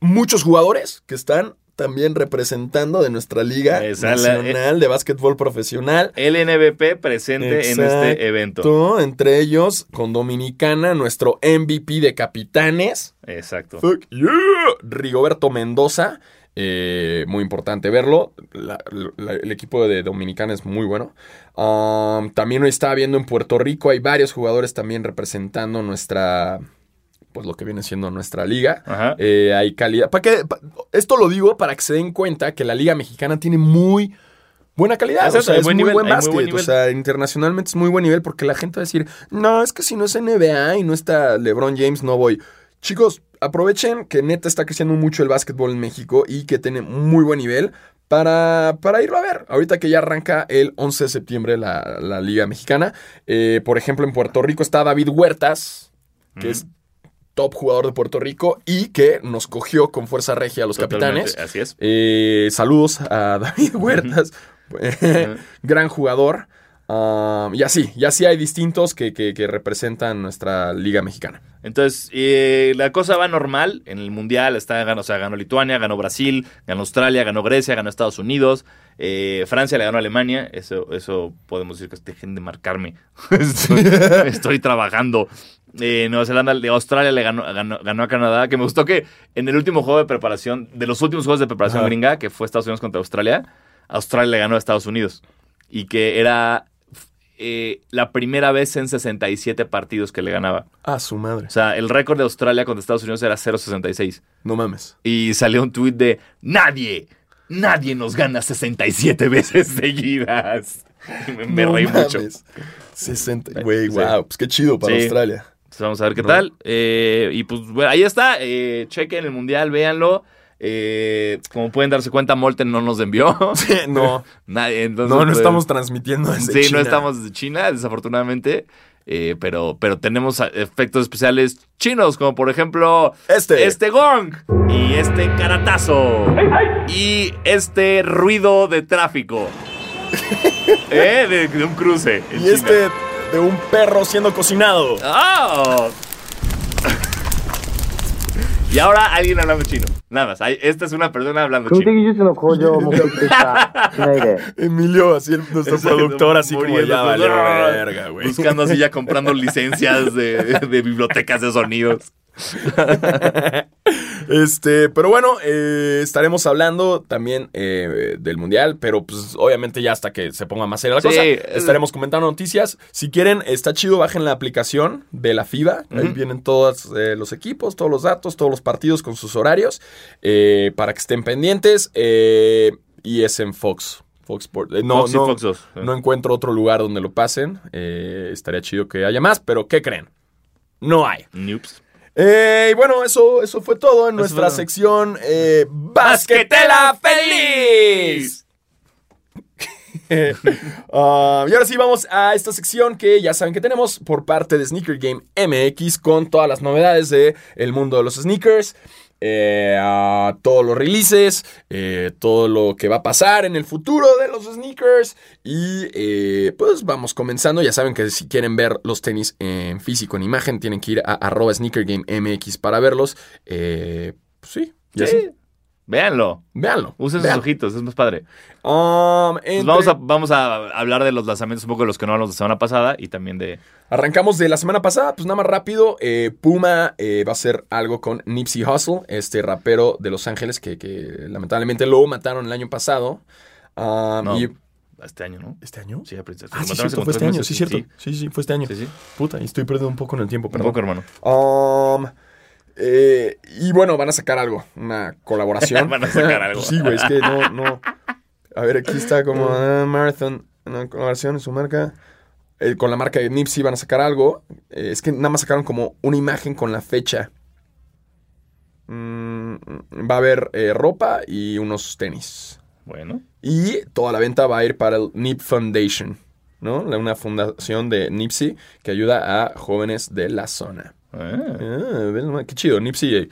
Speaker 1: Muchos jugadores que están también representando de nuestra liga
Speaker 2: Esa la-
Speaker 1: nacional de básquetbol profesional.
Speaker 2: LNBP presente en
Speaker 1: Exacto.
Speaker 2: este evento.
Speaker 1: Tú, entre ellos, con Dominicana, nuestro MVP de capitanes.
Speaker 2: Exacto.
Speaker 1: Fuck yeah. Rigoberto Mendoza. eh, muy importante verlo. La- la- el equipo de Dominicana es muy bueno. Um, también lo estaba viendo en Puerto Rico. Hay varios jugadores también representando nuestra. Pues lo que viene siendo nuestra liga.
Speaker 2: Ajá.
Speaker 1: Eh, hay calidad. ¿Para qué? Pa- esto lo digo para que se den cuenta que la Liga Mexicana tiene muy, buena calidad.
Speaker 2: Exacto,
Speaker 1: o sea,
Speaker 2: Ah, hay
Speaker 1: es
Speaker 2: buen
Speaker 1: muy
Speaker 2: nivel,
Speaker 1: buen
Speaker 2: hay muy
Speaker 1: básquet.
Speaker 2: buen nivel.
Speaker 1: O sea, internacionalmente es muy buen nivel porque la gente va a decir, no, es que si no es NBA y no está LeBron James, no voy. Chicos, aprovechen que neta está creciendo mucho el básquetbol en México y que tiene muy buen nivel. Para, para irlo a ver, ahorita que ya arranca el 11 de septiembre la, la Liga Mexicana, eh, por ejemplo, en Puerto Rico está David Huertas, que
Speaker 2: Ujú.
Speaker 1: es top jugador de Puerto Rico y que nos cogió con fuerza regia a los capitanes.
Speaker 2: Totalmente, Así es.
Speaker 1: Eh, saludos a David Huertas, eh, gran jugador. Um, y así, y así hay distintos que, que- que representan nuestra liga mexicana.
Speaker 2: Entonces, eh, la cosa va normal en el Mundial. Está, ganó, o sea, ganó Lituania, ganó Brasil, ganó Australia, ganó Grecia, ganó Estados Unidos. eh, Francia le ganó a Alemania. Eso, eso podemos decir que dejen de marcarme. Estoy, estoy trabajando. Eh, Nueva Zelanda, le- Australia le ganó, ganó, ganó a Canadá. Que me gustó que en el último juego de preparación, de los últimos juegos de preparación
Speaker 1: Ajá.
Speaker 2: gringa, que fue Estados Unidos contra Australia, Australia le ganó a Estados Unidos. Y que era eh, la primera vez en 67 partidos que le ganaba.
Speaker 1: Ah, su madre.
Speaker 2: O sea, el récord de Australia contra Estados Unidos era 0.66.
Speaker 1: No mames.
Speaker 2: Y salió un tuit de nadie, nadie nos gana 67 veces seguidas. Y me, me
Speaker 1: No
Speaker 2: reí mucho. Eh,
Speaker 1: mames. 60. Güey,
Speaker 2: Sí.
Speaker 1: wow. Pues qué chido para
Speaker 2: Sí.
Speaker 1: Australia.
Speaker 2: Entonces, vamos a ver qué
Speaker 1: No.
Speaker 2: tal. Eh, y pues bueno, ahí está. Eh, chequen el mundial, véanlo. Eh, como pueden darse cuenta, Molten no nos envió.
Speaker 1: no,
Speaker 2: Nadie, entonces,
Speaker 1: no, no
Speaker 2: pues,
Speaker 1: estamos transmitiendo desde
Speaker 2: Sí,
Speaker 1: China.
Speaker 2: no estamos de China, desafortunadamente. Eh, pero, pero tenemos a- efectos especiales chinos, como por ejemplo
Speaker 1: Este.
Speaker 2: este gong y este caratazo y este ruido de tráfico. ¿Eh? De, de un cruce. en
Speaker 1: Y
Speaker 2: China.
Speaker 1: este de un perro siendo cocinado.
Speaker 2: ¡Oh! y ahora alguien hablando chino. Nada más. hay- Esta es una persona hablando
Speaker 3: 空
Speaker 2: chino.
Speaker 3: 的技術の向上を目的としたしないで。
Speaker 1: Emilio, así el- nuestro
Speaker 2: Exacto,
Speaker 1: productor, así como
Speaker 2: muriendo,
Speaker 1: ya
Speaker 2: pues,
Speaker 1: valió
Speaker 2: ¡ah!
Speaker 1: verga, güey.
Speaker 2: Buscando así ya comprando licencias de, de bibliotecas de sonidos.
Speaker 1: Este, pero bueno, eh, estaremos hablando también eh, del mundial, pero pues obviamente ya hasta que se ponga más seria la
Speaker 2: Sí.
Speaker 1: cosa, estaremos comentando noticias. Si quieren, está chido, bajen la aplicación de la FIBA, ahí
Speaker 2: Ujú.
Speaker 1: vienen todos eh, los equipos, todos los datos, todos los partidos con sus horarios, eh, para que estén pendientes. eh, y es en Fox, Fox Sports. Eh, no,
Speaker 2: Fox y
Speaker 1: no,
Speaker 2: Fox 2.
Speaker 1: no encuentro otro lugar donde lo pasen. eh, estaría chido que haya más, pero ¿qué creen? No hay.
Speaker 2: Noops.
Speaker 1: Eh, y bueno, eso, eso fue todo en
Speaker 2: Eso
Speaker 1: nuestra
Speaker 2: fue todo.
Speaker 1: sección eh, Basquetela Feliz. Ah, y ahora sí vamos a esta sección que ya saben que tenemos por parte de Sneaker Game MX con todas las novedades del el mundo de los sneakers. eh, ah, todos los releases, eh, todo lo que va a pasar en el futuro de los sneakers y eh, pues vamos comenzando, ya saben que si quieren ver los tenis en físico, en imagen, tienen que ir a arroba Sneaker Game MX para verlos. Eh, pues sí, ya sí.
Speaker 2: Sí. Véanlo.
Speaker 1: Véanlo.
Speaker 2: Usen sus
Speaker 1: véanlo.
Speaker 2: ojitos, es más padre.
Speaker 1: Um,
Speaker 2: Pues
Speaker 1: entre-
Speaker 2: vamos, a, vamos a hablar de los lanzamientos un poco de los que no hablamos la semana pasada y también de.
Speaker 1: Arrancamos de la semana pasada, pues nada más rápido. eh, Puma eh, va a hacer algo con Nipsey Hussle, este rapero de Los Ángeles que, que lamentablemente lo mataron el año pasado. Ah,
Speaker 2: No,
Speaker 1: y-
Speaker 2: Este año, ¿no?
Speaker 1: ¿Este año?
Speaker 2: Sí, a principios.
Speaker 1: Ah,
Speaker 2: lo
Speaker 1: sí,
Speaker 2: mataron hace
Speaker 1: cierto,
Speaker 2: como
Speaker 1: fue
Speaker 2: tres
Speaker 1: este año,
Speaker 2: meses,
Speaker 1: sí, cierto. Sí, sí, fue este año.
Speaker 2: Sí, sí.
Speaker 1: Puta, y estoy perdiendo un poco en el tiempo,
Speaker 2: Un
Speaker 1: perdón.
Speaker 2: poco, hermano.
Speaker 1: Um, eh, y bueno, van a sacar algo, una colaboración.
Speaker 2: Van a sacar algo.
Speaker 1: Pues sí, güey, es que no, no. A ver, aquí está como ah, Marathon, una colaboración en su marca. Eh, con la marca de Nipsey van a sacar algo. Eh, es que nada más sacaron como una imagen con la fecha. Mm, va a haber eh, ropa y unos tenis.
Speaker 2: Bueno.
Speaker 1: Y toda la venta va a ir para el Nip Foundation, ¿no? La- Una fundación de Nipsey que ayuda a jóvenes de la zona.
Speaker 2: Ah,
Speaker 1: Ah, ves nomás, qué chido. Nipsey eh,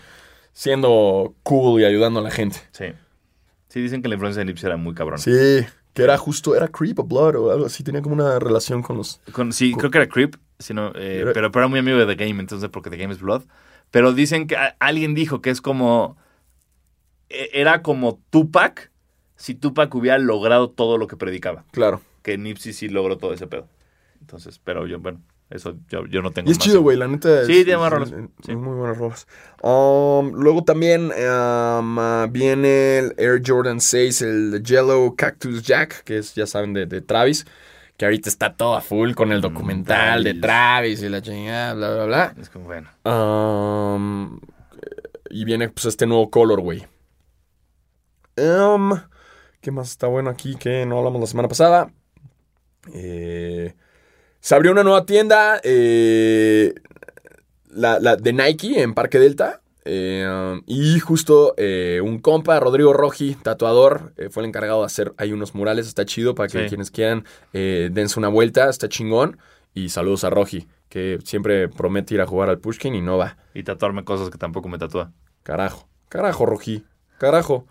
Speaker 1: siendo cool y ayudando a la gente.
Speaker 2: sí. Sí, dicen que la influencia de Nipsey era muy cabrón. Sí,
Speaker 1: Sí, que era justo, era Creep o Blood o algo así. Tenía como una relación con los.
Speaker 2: Con- sí creo que era Creep, sino, eh,
Speaker 1: Era-
Speaker 2: pero, pero era muy amigo de The Game, entonces, porque The Game es Blood. Pero dicen que a- alguien dijo que es como. e- Era como Tupac si Tupac hubiera logrado todo lo que predicaba.
Speaker 1: Claro.
Speaker 2: Que Nipsey sí logró todo ese pedo. Entonces, pero yo, bueno, eso yo, yo no tengo.
Speaker 1: Y es
Speaker 2: más
Speaker 1: chido,
Speaker 2: info.
Speaker 1: güey, la neta. es-
Speaker 2: Sí, tiene
Speaker 1: es-
Speaker 2: buenas rolas,
Speaker 1: es- es
Speaker 2: sí.
Speaker 1: Muy buenas rolas. Um, luego también um, ah, viene el Air Jordan 6, el Yellow Cactus Jack, que es, ya saben, de, de Travis. Que ahorita está todo a full con el documental de
Speaker 2: Travis.
Speaker 1: Travis y la chingada, bla, bla, bla.
Speaker 2: Es como, bueno.
Speaker 1: Um, y viene pues este nuevo colorway. Um, ¿Qué más está bueno aquí que no hablamos la semana pasada? Eh, se abrió una nueva tienda eh, la, la de Nike en Parque Delta. Eh, um, y justo eh, un compa, Rodrigo Roji, tatuador, eh, fue el encargado de hacer ahí unos murales. Está chido para que
Speaker 2: Sí.
Speaker 1: quienes quieran eh, dense una vuelta. Está chingón. Y saludos a Roji, que siempre promete ir a jugar al Pushkin y no va.
Speaker 2: Y tatuarme cosas que tampoco me tatúa.
Speaker 1: Carajo. Carajo, Roji. Carajo.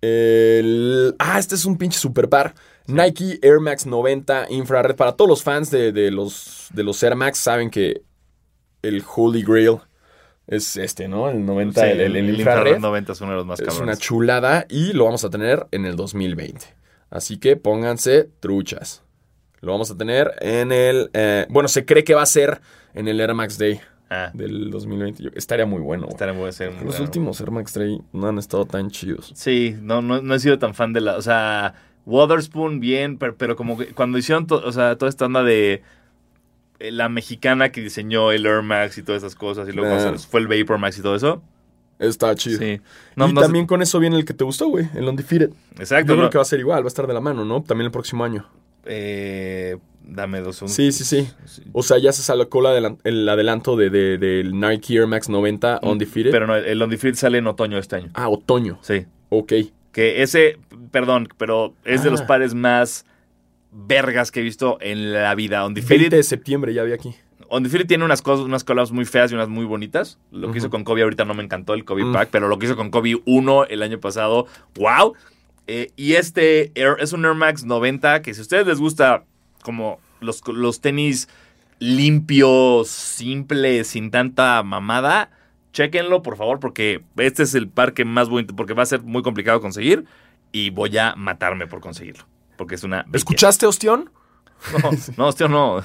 Speaker 1: El- Ah, este es un pinche super par. Nike Air Max 90 Infrared. Para todos los fans de, de los, de los Air Max saben que el Holy Grail es este, ¿no? El 90, el, el- el infrared.
Speaker 2: 90 es uno de los más
Speaker 1: Es
Speaker 2: cabrones.
Speaker 1: una chulada y lo vamos a tener en el 2020. Así que pónganse truchas. Lo vamos a tener en el... eh, bueno, se cree que va a ser en el Air Max Day
Speaker 2: Ah,
Speaker 1: del 2020. Yo- estaría muy bueno. güey.
Speaker 2: estaré muy ese-
Speaker 1: Los
Speaker 2: bueno.
Speaker 1: últimos Air Max 3 no han estado tan chidos.
Speaker 2: Sí, no, no, no he sido tan fan de la. O sea, Waterspoon, bien, pero, pero como que cuando hicieron to- o sea, toda esta onda de. eh, La mexicana que diseñó el Air Max y todas esas cosas, y luego o sea,
Speaker 1: Nah.
Speaker 2: fue el Vapor Max y todo eso.
Speaker 1: Está chido.
Speaker 2: Sí. No,
Speaker 1: y
Speaker 2: no sé-
Speaker 1: también con eso viene el que te gustó, güey, el Undefeated.
Speaker 2: Exacto.
Speaker 1: Yo creo
Speaker 2: no.
Speaker 1: que va a ser igual, va a estar de la mano, ¿no? También el próximo año.
Speaker 2: Eh, dame dos segundos.
Speaker 1: Sí, sí, sí. O sea, ya se sacó la adelan- el adelanto de, de- del Nike Air Max 90 Undefeated.
Speaker 2: Mm, Pero no, el Undefeated sale en otoño este año.
Speaker 1: Ah, otoño.
Speaker 2: Sí.
Speaker 1: Ok.
Speaker 2: Que ese, perdón, pero es de los
Speaker 1: Ah.
Speaker 2: pares más vergas que he visto en la vida.
Speaker 1: 20
Speaker 2: Undefeated,
Speaker 1: de septiembre ya vi aquí.
Speaker 2: Undefeated tiene unas cosas, unas collabs muy feas y unas muy bonitas. Lo que
Speaker 1: Ujú.
Speaker 2: hizo con Kobe ahorita no me encantó el Kobe
Speaker 1: Mm.
Speaker 2: Pack, pero lo que hizo con Kobe 1 el año pasado, wow. Eh, y este Air- es un Air Max 90 que si a ustedes les gusta como los, los tenis limpios, simples, sin tanta mamada, chequenlo por favor porque este es el par que más bonito, porque va a ser muy complicado conseguir y voy a matarme por conseguirlo. Porque es una... bestia.
Speaker 1: ¿Escuchaste, Ostión?
Speaker 2: No, no, ostión no.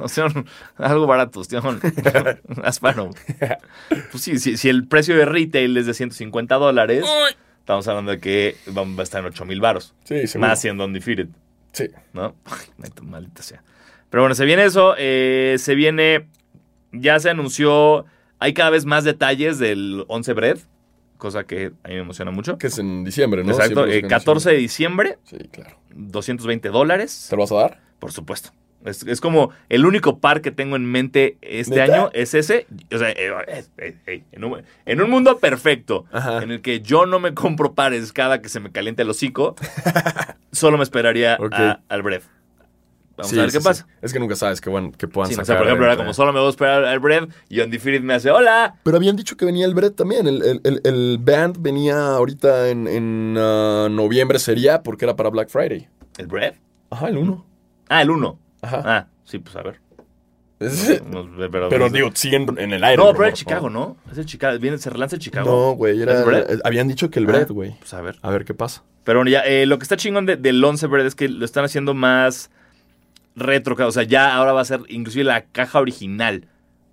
Speaker 2: Ostión, algo barato, ostión. Asparo. Pues sí, sí, si el precio de retail es de 150 dólares, estamos hablando de que va va a estar en 8 mil baros.
Speaker 1: Sí,
Speaker 2: Más siendo undefeated,
Speaker 1: Sí.
Speaker 2: ¿no? Ay, neta, maldita sea. Pero bueno, se viene eso. eh, se viene. Ya se anunció. Hay cada vez más detalles del 11 Bread, cosa que a mí me emociona mucho.
Speaker 1: Que es en diciembre, ¿no?
Speaker 2: Exacto,
Speaker 1: Siempre
Speaker 2: eh,
Speaker 1: buscan
Speaker 2: 14 de diciembre,
Speaker 1: diciembre. Sí, claro.
Speaker 2: 220 dólares.
Speaker 1: ¿Se lo vas a dar?
Speaker 2: Por supuesto. Es, es como el único par que tengo en mente este
Speaker 1: ¿Neta?
Speaker 2: año es ese. O sea, eh, eh, eh, eh, en, un, en un mundo perfecto,
Speaker 1: Ajá.
Speaker 2: en el que yo no me compro pares cada que se me caliente el hocico, solo me esperaría
Speaker 1: Ok.
Speaker 2: a- al Brev. Vamos
Speaker 1: Sí,
Speaker 2: a ver
Speaker 1: sí,
Speaker 2: qué
Speaker 1: sí.
Speaker 2: pasa.
Speaker 1: Es que nunca sabes que, bueno, que puedan
Speaker 2: Sí, o
Speaker 1: sacar.
Speaker 2: sea, por ejemplo, ahora
Speaker 1: entre-
Speaker 2: como solo me voy a esperar al Brev y Undefeated me hace hola.
Speaker 1: Pero habían dicho que venía el Brett también. El, el, el- el band venía ahorita en, en, ah, noviembre, sería porque era para Black Friday.
Speaker 2: ¿El Brev?
Speaker 1: Ajá, el 1.
Speaker 2: Ah, el 1.
Speaker 1: Ajá.
Speaker 2: Ah, sí, pues a ver. No, pero
Speaker 1: Pero digo, siguen en el aire.
Speaker 2: no, pero
Speaker 1: rumor,
Speaker 2: es Chicago, ¿no? Es el Chicago. Viene, se relanza el Chicago.
Speaker 1: No, güey. era-
Speaker 2: ¿Es Brett?
Speaker 1: Habían dicho que el
Speaker 2: Ah.
Speaker 1: Brett, güey.
Speaker 2: Pues a ver.
Speaker 1: A ver qué pasa.
Speaker 2: Pero bueno, ya, eh, lo que está chingón de- del 11 Bird es que lo están haciendo más retro. O sea, ya ahora va a ser inclusive la caja original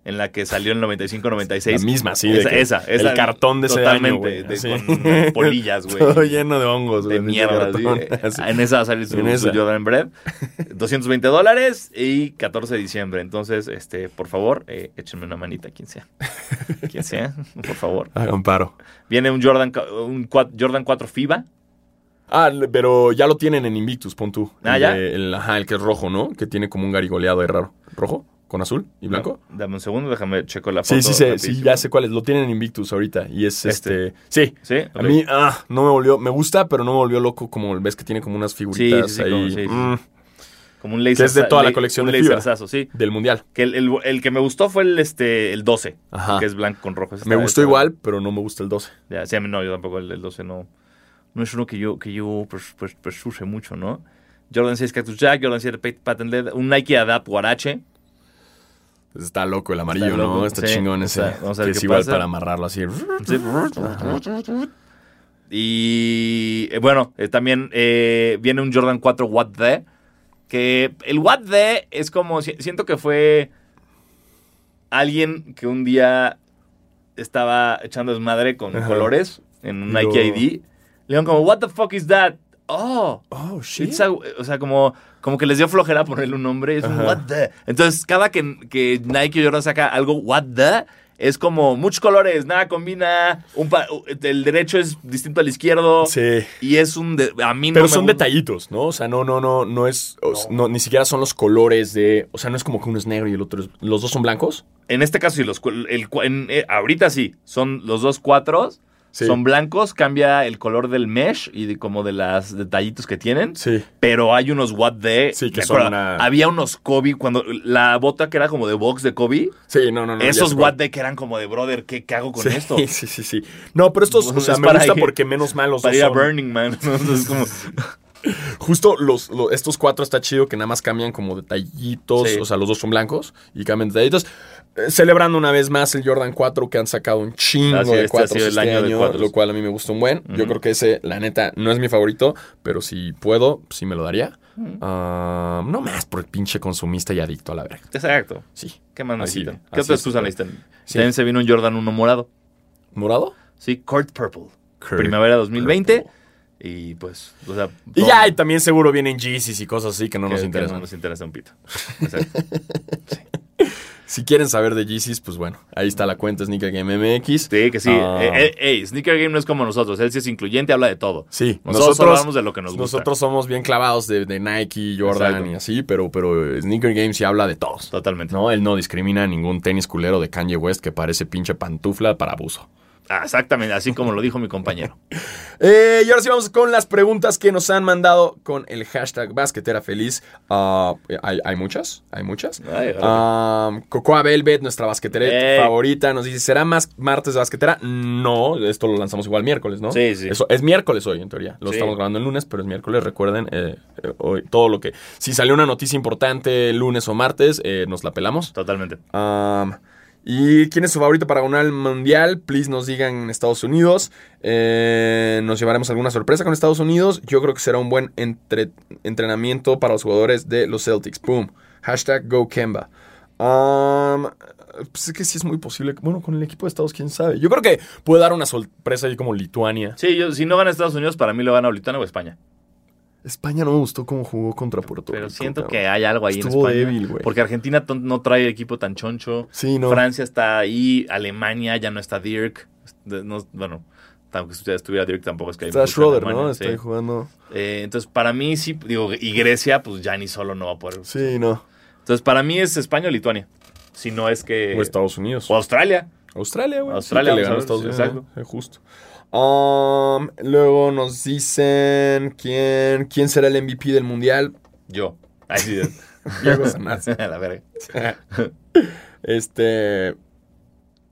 Speaker 2: en la que salió en el 95-96.
Speaker 1: La misma, sí. de
Speaker 2: Esa,
Speaker 1: que
Speaker 2: esa, esa.
Speaker 1: El cartón de ese año,
Speaker 2: Totalmente,
Speaker 1: güey.
Speaker 2: de-
Speaker 1: así.
Speaker 2: con polillas, güey.
Speaker 1: Todo lleno de hongos, güey,
Speaker 2: de
Speaker 1: pinche
Speaker 2: mierda. así,
Speaker 1: cartón,
Speaker 2: eh,
Speaker 1: así.
Speaker 2: En esa va a salir su,
Speaker 1: En
Speaker 2: su
Speaker 1: esa.
Speaker 2: Jordan Bread. 220 dólares y 14 de diciembre. Entonces, este, por favor, eh, échenme una manita, quien sea. Quien sea, por favor.
Speaker 1: Hagan paro.
Speaker 2: Viene un Jordan, ca- un cua- Jordan 4 FIBA.
Speaker 1: Ah, le- pero ya lo tienen en Invictus, pon tú.
Speaker 2: Ah,
Speaker 1: El
Speaker 2: ¿ya?
Speaker 1: de- el, ajá, el que es rojo, ¿no? Que tiene como un garigoleado ahí raro. ¿Rojo? ¿Con azul y blanco?
Speaker 2: No, dame un segundo, déjame checo Ah, la foto.
Speaker 1: Sí, sí, sí, sí,
Speaker 2: rapidísimo.
Speaker 1: ya sé cuál es. Lo tienen en Invictus ahorita. Y es este. Sí.
Speaker 2: Sí,
Speaker 1: A
Speaker 2: ok.
Speaker 1: mí, ah, no me volvió. Me gusta, pero no me volvió loco. Como ves que tiene como unas figuritas
Speaker 2: sí, sí,
Speaker 1: ahí.
Speaker 2: como- sí, sí.
Speaker 1: mm,
Speaker 2: como un laser.
Speaker 1: es de toda la colección
Speaker 2: un
Speaker 1: de FIBA.
Speaker 2: laserzazo, sí.
Speaker 1: del mundial.
Speaker 2: Que el, el- el que me gustó fue el este el 12,
Speaker 1: Ajá.
Speaker 2: que es blanco con rojo. Ese
Speaker 1: Me
Speaker 2: está-
Speaker 1: gustó
Speaker 2: está-
Speaker 1: igual, pero no me gusta el 12.
Speaker 2: Ya, sí, a mí no, yo tampoco el, el 12 no. No es uno que yo, que yo pues, pers- pers- persuse mucho, ¿no? Jordan 6 Cactus Jack, Jordan 7 Pat- Patent Leather, un Nike Adapt Guarache.
Speaker 1: Está loco el amarillo,
Speaker 2: loco,
Speaker 1: ¿no? Está
Speaker 2: sí.
Speaker 1: chingón ese.
Speaker 2: Está- vamos a ver
Speaker 1: que
Speaker 2: qué
Speaker 1: es igual
Speaker 2: pasa.
Speaker 1: para amarrarlo así.
Speaker 2: Sí. Y eh, bueno, eh, también eh, viene un Jordan 4 What The. Que el What The es como. si- Siento que fue alguien que un día estaba echando desmadre con
Speaker 1: Ajá.
Speaker 2: colores en un
Speaker 1: Y lo-
Speaker 2: Nike ID. Le dieron como, What the fuck is that? Oh,
Speaker 1: Oh, shit.
Speaker 2: it's a- o sea, como, como que les dio flojera ponerle un nombre. Es un
Speaker 1: Ajá.
Speaker 2: what the. Entonces, cada que, que Nike o Jordan saca algo what the, es como muchos colores, nada combina, un pa- el derecho es distinto al izquierdo.
Speaker 1: Sí.
Speaker 2: Y es un... de- a mí no
Speaker 1: Pero
Speaker 2: me
Speaker 1: son
Speaker 2: gusta.
Speaker 1: detallitos, ¿no? O sea, no, no, no, no es, o s- no, ni siquiera son los colores de, o sea, no es como que uno es negro y el otro es, los dos son blancos.
Speaker 2: En este caso, sí, los, cu- el, cu- en- eh, ahorita sí, son los dos cuatros,
Speaker 1: Sí.
Speaker 2: son blancos, cambia el color del mesh y de, como de los detallitos que tienen.
Speaker 1: Sí.
Speaker 2: Pero hay unos what de.
Speaker 1: Sí, que
Speaker 2: me
Speaker 1: son
Speaker 2: acuerdo,
Speaker 1: una-
Speaker 2: Había unos Kobe, cuando la bota que era como de box de Kobe,
Speaker 1: Sí, no, no, no. ya
Speaker 2: esos
Speaker 1: sé
Speaker 2: what
Speaker 1: cuál.
Speaker 2: de que eran como de brother, ¿qué, qué hago con
Speaker 1: Sí,
Speaker 2: esto?
Speaker 1: Sí, sí, sí. No, pero estos, o
Speaker 2: Pues
Speaker 1: sea,
Speaker 2: es
Speaker 1: me
Speaker 2: para
Speaker 1: gusta
Speaker 2: ir-
Speaker 1: porque menos mal los
Speaker 2: Para
Speaker 1: dos
Speaker 2: ir a
Speaker 1: son.
Speaker 2: Burning Man. ¿no? Entonces, como,
Speaker 1: Justo los, lo- estos cuatro está chido que nada más cambian como detallitos.
Speaker 2: Sí.
Speaker 1: O sea, los dos son blancos y cambian detallitos. Eh, celebrando una vez más el Jordan 4 que han sacado un chingo
Speaker 2: Ah, sí,
Speaker 1: de
Speaker 2: este ha
Speaker 1: cuatros
Speaker 2: sido el
Speaker 1: este
Speaker 2: año de
Speaker 1: año,
Speaker 2: cuatros.
Speaker 1: lo cual a mí me gusta un buen. Yo creo que ese, la neta, no es mi favorito, pero si puedo, sí me lo daría. Ah, no más por el pinche consumista y adicto a la verga.
Speaker 2: exacto.
Speaker 1: Sí.
Speaker 2: ¿Qué más
Speaker 1: Así-
Speaker 2: necesitan?
Speaker 1: así
Speaker 2: ¿Qué otra
Speaker 1: es.
Speaker 2: excusa necesitan?
Speaker 1: Sí.
Speaker 2: También se vino un Jordan 1 morado.
Speaker 1: ¿Morado?
Speaker 2: Sí, Court Purple.
Speaker 1: Kurt
Speaker 2: primavera 2020.
Speaker 1: Purple.
Speaker 2: Y pues, o sea.
Speaker 1: Y
Speaker 2: todo-
Speaker 1: ya, y también seguro vienen Yeezys y cosas así que no
Speaker 2: que-
Speaker 1: nos
Speaker 2: que
Speaker 1: interesan.
Speaker 2: No nos interesa un pito. Exacto.
Speaker 1: Si quieren saber de Yeezys, pues bueno, ahí está la cuenta Sneaker Game MX.
Speaker 2: Sí, que sí.
Speaker 1: Ah.
Speaker 2: Eh, eh, ey, Sneaker Game no es como nosotros. Él sí es incluyente, habla de todo.
Speaker 1: Sí,
Speaker 2: Nosotros, solo hablamos de lo que nos gusta.
Speaker 1: Nosotros somos bien clavados de, de Nike, Jordan
Speaker 2: Exacto.
Speaker 1: y así, pero, pero eh, Sneaker Game sí habla de todos.
Speaker 2: Totalmente.
Speaker 1: No, él no discrimina a ningún tenis culero de Kanye West que parece pinche pantufla para abuso.
Speaker 2: Ah, exactamente, así como lo dijo mi compañero.
Speaker 1: Eh, y ahora sí vamos con las preguntas que nos han mandado con el hashtag basquetera feliz. Ah, hay, hay muchas, hay muchas.
Speaker 2: Ay, órale.
Speaker 1: Ah, Cocoa Velvet, nuestra basquetera
Speaker 2: Ey.
Speaker 1: favorita, nos dice, ¿será más martes de basquetera? No, esto lo lanzamos igual miércoles, ¿no?
Speaker 2: Sí, sí.
Speaker 1: Eso, es miércoles hoy, en teoría. Lo
Speaker 2: Sí.
Speaker 1: estamos grabando el lunes, pero es miércoles, recuerden, eh, eh, hoy, todo lo que... Si salió una noticia importante lunes o martes, eh, nos la pelamos.
Speaker 2: Totalmente.
Speaker 1: Um, ¿Y quién es su favorito para ganar el mundial? Please nos digan en Estados Unidos. Eh, nos llevaremos alguna sorpresa con Estados Unidos. Yo creo que será un buen entre- entrenamiento para los jugadores de los Celtics. Boom. Hashtag go Kemba. Um, pues es que sí es muy posible. Bueno, con el equipo de Estados, quién sabe. Yo creo que puede dar una sorpresa ahí como Lituania.
Speaker 2: Sí, yo, si no gana Estados Unidos, para mí lo gana Lituania o España.
Speaker 1: España no me gustó cómo jugó contra Puerto
Speaker 2: Pero
Speaker 1: Rico,
Speaker 2: siento
Speaker 1: cabrón.
Speaker 2: que hay algo ahí
Speaker 1: Estuvo
Speaker 2: en España.
Speaker 1: débil, güey.
Speaker 2: porque Argentina ton- no trae equipo tan choncho.
Speaker 1: Sí, no.
Speaker 2: Francia está ahí, Alemania ya no está Dirk. De- no- bueno, tampoco si estuviera Dirk tampoco es que hay
Speaker 1: Está
Speaker 2: mucho en
Speaker 1: Schroeder,
Speaker 2: Alemania,
Speaker 1: ¿no?
Speaker 2: sí.
Speaker 1: Está ahí jugando.
Speaker 2: Eh, entonces, para mí sí, digo, y Grecia, pues ya ni solo no va a poder.
Speaker 1: Sí, no.
Speaker 2: Entonces, para mí es España o Lituania. Si no es que.
Speaker 1: O Estados Unidos.
Speaker 2: o Australia.
Speaker 1: Australia, güey.
Speaker 2: Australia,
Speaker 1: Sí, que le ganó a
Speaker 2: vamos a
Speaker 1: Estados
Speaker 2: ver,
Speaker 1: Unidos.
Speaker 2: exacto.
Speaker 1: ¿no? Eh, justo. Um, luego nos dicen quién, quién será el MVP del mundial.
Speaker 2: Yo. Ay, sí.
Speaker 1: Diego Sanarse.
Speaker 2: la verga.
Speaker 1: este.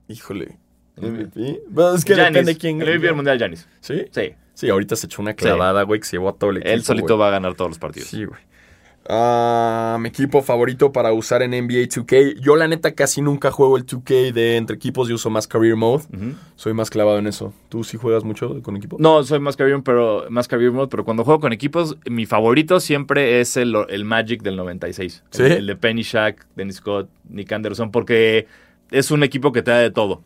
Speaker 1: Híjole. MVP. Bueno, es que
Speaker 2: Giannis,
Speaker 1: depende quién.
Speaker 2: El MVP del mundial, Janis.
Speaker 1: ¿Sí?
Speaker 2: Sí.
Speaker 1: Sí, ahorita se echó una clavada, güey, que se llevó a todo el equipo.
Speaker 2: Él solito
Speaker 1: güey.
Speaker 2: va a ganar todos los partidos.
Speaker 1: Sí, güey. Ah, mi equipo favorito para usar en NBA 2K. Yo, la neta, casi nunca juego el 2K de entre equipos. Yo uso más Career Mode.
Speaker 2: Ujú.
Speaker 1: Soy más clavado en eso. ¿Tú sí juegas mucho con equipo?
Speaker 2: No, soy más career, pero más career mode, pero cuando juego con equipos, mi favorito siempre es el, el Magic del 96.
Speaker 1: ¿Sí?
Speaker 2: El, el de Penny Shaq, Dennis Scott, Nick Anderson, porque es un equipo que te da de todo.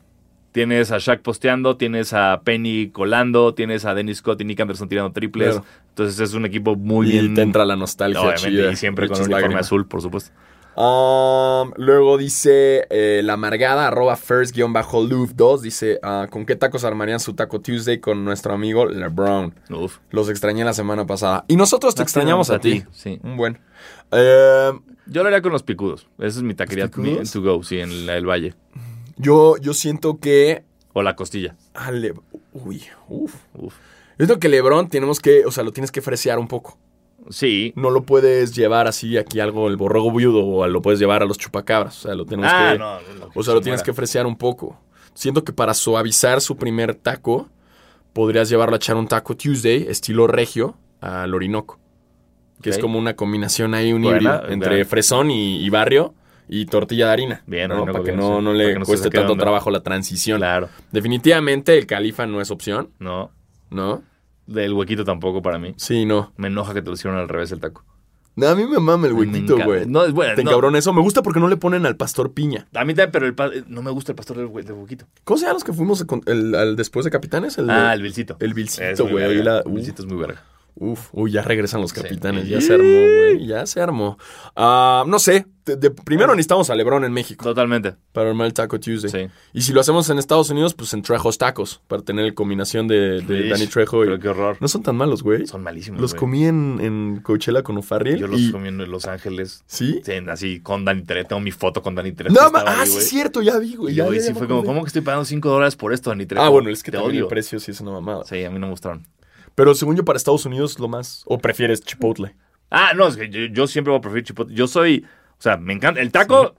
Speaker 2: Tienes a Shaq posteando, tienes a Penny colando, tienes a Dennis Scott y Nick Anderson tirando triples.
Speaker 1: Claro.
Speaker 2: Entonces es un equipo muy
Speaker 1: y
Speaker 2: bien.
Speaker 1: te entra la nostalgia
Speaker 2: obviamente,
Speaker 1: chida.
Speaker 2: y siempre con
Speaker 1: Muchas
Speaker 2: un uniforme
Speaker 1: lágrimas.
Speaker 2: azul, por supuesto.
Speaker 1: Um, luego dice eh, la amargada, arroba first-loop2, dice, ah, ¿con qué tacos armarían su Taco Tuesday con nuestro amigo LeBron?
Speaker 2: Uf.
Speaker 1: Los extrañé la semana pasada. Y nosotros te
Speaker 2: Nos
Speaker 1: extrañamos Ah, a ti.
Speaker 2: Sí.
Speaker 1: Un buen. Eh,
Speaker 2: Yo lo haría con los picudos. Esa es mi taquería
Speaker 1: ¿Los picudos?
Speaker 2: to go, sí, en la- el valle.
Speaker 1: yo, yo siento que...
Speaker 2: O la costilla.
Speaker 1: ah, Le- uy, uf.
Speaker 2: Uf.
Speaker 1: Yo siento que LeBron tenemos que, o sea, lo tienes que fresear un poco.
Speaker 2: Sí.
Speaker 1: No lo puedes llevar así aquí algo, el borrego viudo, o lo puedes llevar a los chupacabras. O sea, lo tenemos
Speaker 2: Ah,
Speaker 1: que...
Speaker 2: no, no,
Speaker 1: O sea, lo tienes que fresear un poco. Siento que para suavizar su primer taco, podrías llevarlo a echar un taco Tuesday, estilo regio, al Orinoco. Que es
Speaker 2: Ok.
Speaker 1: como una combinación ahí, un
Speaker 2: Buena,
Speaker 1: híbrido, entre
Speaker 2: buena.
Speaker 1: fresón y, y barrio y tortilla de harina.
Speaker 2: Bien,
Speaker 1: ¿no?
Speaker 2: Orinoco,
Speaker 1: Para que
Speaker 2: bien,
Speaker 1: no,
Speaker 2: sí.
Speaker 1: no
Speaker 2: Para
Speaker 1: le
Speaker 2: que no se
Speaker 1: cueste
Speaker 2: saque de
Speaker 1: tanto
Speaker 2: onda.
Speaker 1: trabajo la transición.
Speaker 2: Claro.
Speaker 1: Definitivamente el califa no es opción,
Speaker 2: No.
Speaker 1: ¿no?
Speaker 2: Del huequito tampoco para mí.
Speaker 1: Sí, no.
Speaker 2: Me enoja que te lo hicieron al revés el taco.
Speaker 1: No, a mí me mama el
Speaker 2: Me
Speaker 1: huequito,
Speaker 2: encanta.
Speaker 1: güey.
Speaker 2: No, es bueno.
Speaker 1: Te
Speaker 2: no.
Speaker 1: encabrona eso. Me gusta porque no le ponen al pastor piña.
Speaker 2: A mí también, pero el pa- no me gusta el pastor del, hue- del huequito.
Speaker 1: ¿Cómo se llaman los que fuimos con- el- al después de Capitanes? El,
Speaker 2: Ah, el vilcito.
Speaker 1: el
Speaker 2: Es muy
Speaker 1: Vilcito, güey. ahí
Speaker 2: verga.
Speaker 1: la- uh.
Speaker 2: El vilcito es muy verga.
Speaker 1: Uf, uy, ya regresan los capitanes.
Speaker 2: Sí.
Speaker 1: Ya se armó, güey. Ya se armó. Ah, no sé. de- de- primero necesitamos a Lebron en México
Speaker 2: Totalmente.
Speaker 1: para armar el Taco Tuesday.
Speaker 2: Sí.
Speaker 1: Y si lo hacemos en Estados Unidos, pues en Trejos Tacos para tener la combinación de, de
Speaker 2: Ish,
Speaker 1: Danny Trejo.
Speaker 2: Pero
Speaker 1: Y...
Speaker 2: qué horror.
Speaker 1: No son tan malos, güey.
Speaker 2: Son malísimos.
Speaker 1: Los
Speaker 2: güey.
Speaker 1: comí en, en Coachella con O'Farrill.
Speaker 2: Yo los
Speaker 1: y-
Speaker 2: comí en Los Ángeles.
Speaker 1: ¿Sí?
Speaker 2: Sí, así con Dani Trejo. Tengo mi foto con Dani Trejo.
Speaker 1: No, ma-
Speaker 2: Estaba
Speaker 1: ah,
Speaker 2: ahí,
Speaker 1: sí,
Speaker 2: güey.
Speaker 1: es cierto, ya vi, güey.
Speaker 2: Y
Speaker 1: ya,
Speaker 2: hoy
Speaker 1: ya,
Speaker 2: sí
Speaker 1: ya me
Speaker 2: fue como,
Speaker 1: acordé.
Speaker 2: ¿cómo que estoy pagando 5 dólares por esto, Dani Trejo?
Speaker 1: Ah, bueno, es que
Speaker 2: te
Speaker 1: también
Speaker 2: odio.
Speaker 1: el precio sí es una mamada.
Speaker 2: Sí, a mí no me gustaron.
Speaker 1: Pero según yo, para Estados Unidos, lo más. ¿O prefieres Chipotle?
Speaker 2: Ah, no, es que yo, yo siempre voy a preferir chipotle. Yo soy, o sea, me encanta. El taco,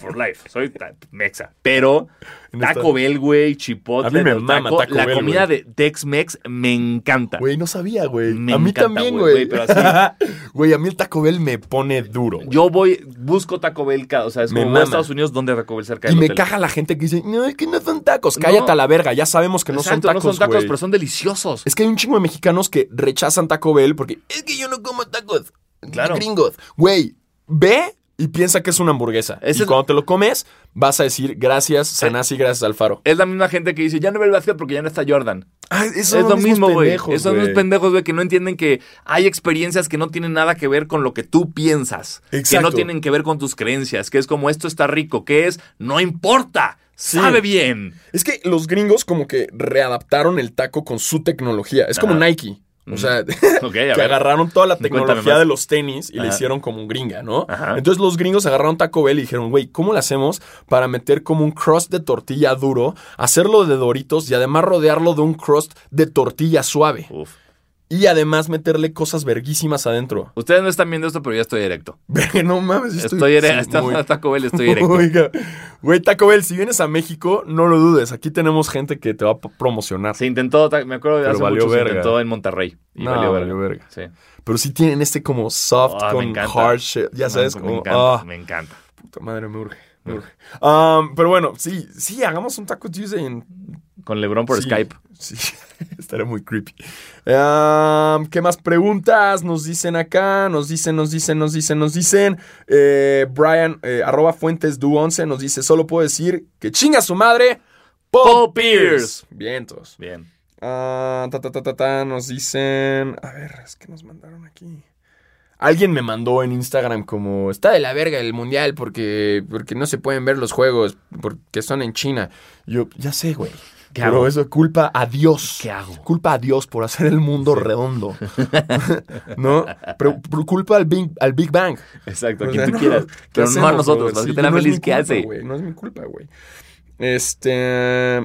Speaker 2: for life, soy ta- mexa. Pero
Speaker 1: En esta-
Speaker 2: Taco Bell, güey, chipotle.
Speaker 1: A mí me
Speaker 2: los
Speaker 1: mama Taco
Speaker 2: La
Speaker 1: Bell,
Speaker 2: comida de Tex-Mex me encanta.
Speaker 1: Güey, no sabía, güey.
Speaker 2: Me
Speaker 1: A mí
Speaker 2: encanta,
Speaker 1: también, güey.
Speaker 2: güey, güey, pero
Speaker 1: Güey, a mí el Taco Bell me pone duro. güey.
Speaker 2: Yo voy, busco Taco Bell, ca- o sea, es
Speaker 1: Me
Speaker 2: como voy a
Speaker 1: mama.
Speaker 2: Estados Unidos, ¿dónde hay Taco Bell cerca
Speaker 1: Y
Speaker 2: del
Speaker 1: me
Speaker 2: hotel?
Speaker 1: caga la gente que dice, no, es que no son tacos. Cállate
Speaker 2: No.
Speaker 1: a la verga, ya sabemos que no
Speaker 2: Exacto,
Speaker 1: son tacos.
Speaker 2: no son tacos,
Speaker 1: güey.
Speaker 2: pero son deliciosos.
Speaker 1: Es que hay un chingo de mexicanos que rechazan Taco Bell porque es que yo no como tacos.
Speaker 2: Claro.
Speaker 1: Gringos. Güey, ve y piensa que es una hamburguesa.
Speaker 2: Ese
Speaker 1: y
Speaker 2: es-
Speaker 1: cuando te lo comes, vas a decir gracias, Sanasi, gracias, Alfaro.
Speaker 2: Es la misma gente que dice, ya no veo el básquet porque ya no está Jordan.
Speaker 1: Ah, esos
Speaker 2: es lo mismo, güey.
Speaker 1: pendejos,
Speaker 2: Esos mismos pendejos, güey, que no entienden que hay experiencias que no tienen nada que ver con lo que tú piensas. Que
Speaker 1: Exacto.
Speaker 2: no tienen que ver con tus creencias. Que es como esto está rico, que es no importa,
Speaker 1: Sí.
Speaker 2: sabe bien.
Speaker 1: Es que los gringos como que readaptaron el taco con su tecnología. Es como
Speaker 2: Ajá.
Speaker 1: Nike. O sea,
Speaker 2: Ok,
Speaker 1: que
Speaker 2: a ver.
Speaker 1: agarraron toda la
Speaker 2: Cuéntame
Speaker 1: tecnología
Speaker 2: más.
Speaker 1: de los tenis y la
Speaker 2: Ajá.
Speaker 1: hicieron como gringa, ¿no?
Speaker 2: Ajá.
Speaker 1: Entonces los gringos agarraron Taco Bell y dijeron, güey, ¿cómo le hacemos para meter como un crust de tortilla duro, hacerlo de doritos y además rodearlo de un crust de tortilla suave?
Speaker 2: Uf.
Speaker 1: Y además meterle cosas verguísimas adentro.
Speaker 2: Ustedes no están viendo esto, pero yo estoy directo.
Speaker 1: no mames,
Speaker 2: Estoy,
Speaker 1: estoy,
Speaker 2: dire-
Speaker 1: sí,
Speaker 2: está-
Speaker 1: muy-
Speaker 2: Taco Bell, estoy directo.
Speaker 1: Oiga, güey, Taco Bell, si vienes a México, no lo dudes. Aquí tenemos gente que te va a p- promocionar.
Speaker 2: Se intentó, ta- me acuerdo de
Speaker 1: Pero
Speaker 2: hace
Speaker 1: valió
Speaker 2: mucho, se
Speaker 1: verga.
Speaker 2: intentó en Monterrey. Y
Speaker 1: No,
Speaker 2: valió verga.
Speaker 1: valió verga.
Speaker 2: Sí.
Speaker 1: Pero sí tienen este como soft
Speaker 2: Ah, me
Speaker 1: con
Speaker 2: encanta.
Speaker 1: hard shit. Ya
Speaker 2: Me-
Speaker 1: sabes,
Speaker 2: me,
Speaker 1: como.
Speaker 2: encanta,
Speaker 1: ah,
Speaker 2: me encanta.
Speaker 1: puta madre, me urge. Me urge. Um, pero bueno, sí, sí, hagamos un Taco Tuesday en.
Speaker 2: Con LeBron por
Speaker 1: sí,
Speaker 2: Skype.
Speaker 1: Sí, estaría muy creepy. Um, ¿Qué más preguntas? Nos dicen acá, nos dicen, nos dicen, nos dicen, nos dicen. Eh, Brian, eh, arroba fuentes du 11, nos dice: Solo puedo decir que chinga su madre.
Speaker 2: Paul Pierce.
Speaker 1: Vientos.
Speaker 2: Bien.
Speaker 1: Ah, ta, ta, ta, ta, ta, nos dicen. A ver, es que nos mandaron aquí. Alguien me mandó en Instagram como está de la verga el mundial porque, porque no se pueden ver los juegos porque son en China. Yo, ya sé, güey.
Speaker 2: ¿Qué
Speaker 1: pero
Speaker 2: hago?
Speaker 1: eso es culpa a Dios.
Speaker 2: ¿Qué hago?
Speaker 1: Culpa a Dios por hacer el mundo redondo. ¿No? Pero, pero culpa al Big, al Big Bang.
Speaker 2: Exacto,
Speaker 1: O
Speaker 2: a quien
Speaker 1: sea,
Speaker 2: tú
Speaker 1: no,
Speaker 2: quieras.
Speaker 1: ¿qué
Speaker 2: Pero no a
Speaker 1: hacemos,
Speaker 2: nosotros,
Speaker 1: brother?
Speaker 2: los
Speaker 1: Sí,
Speaker 2: que te la
Speaker 1: no es mi
Speaker 2: feliz que
Speaker 1: culpa,
Speaker 2: hace.
Speaker 1: güey, no es mi culpa, güey. Este. ah,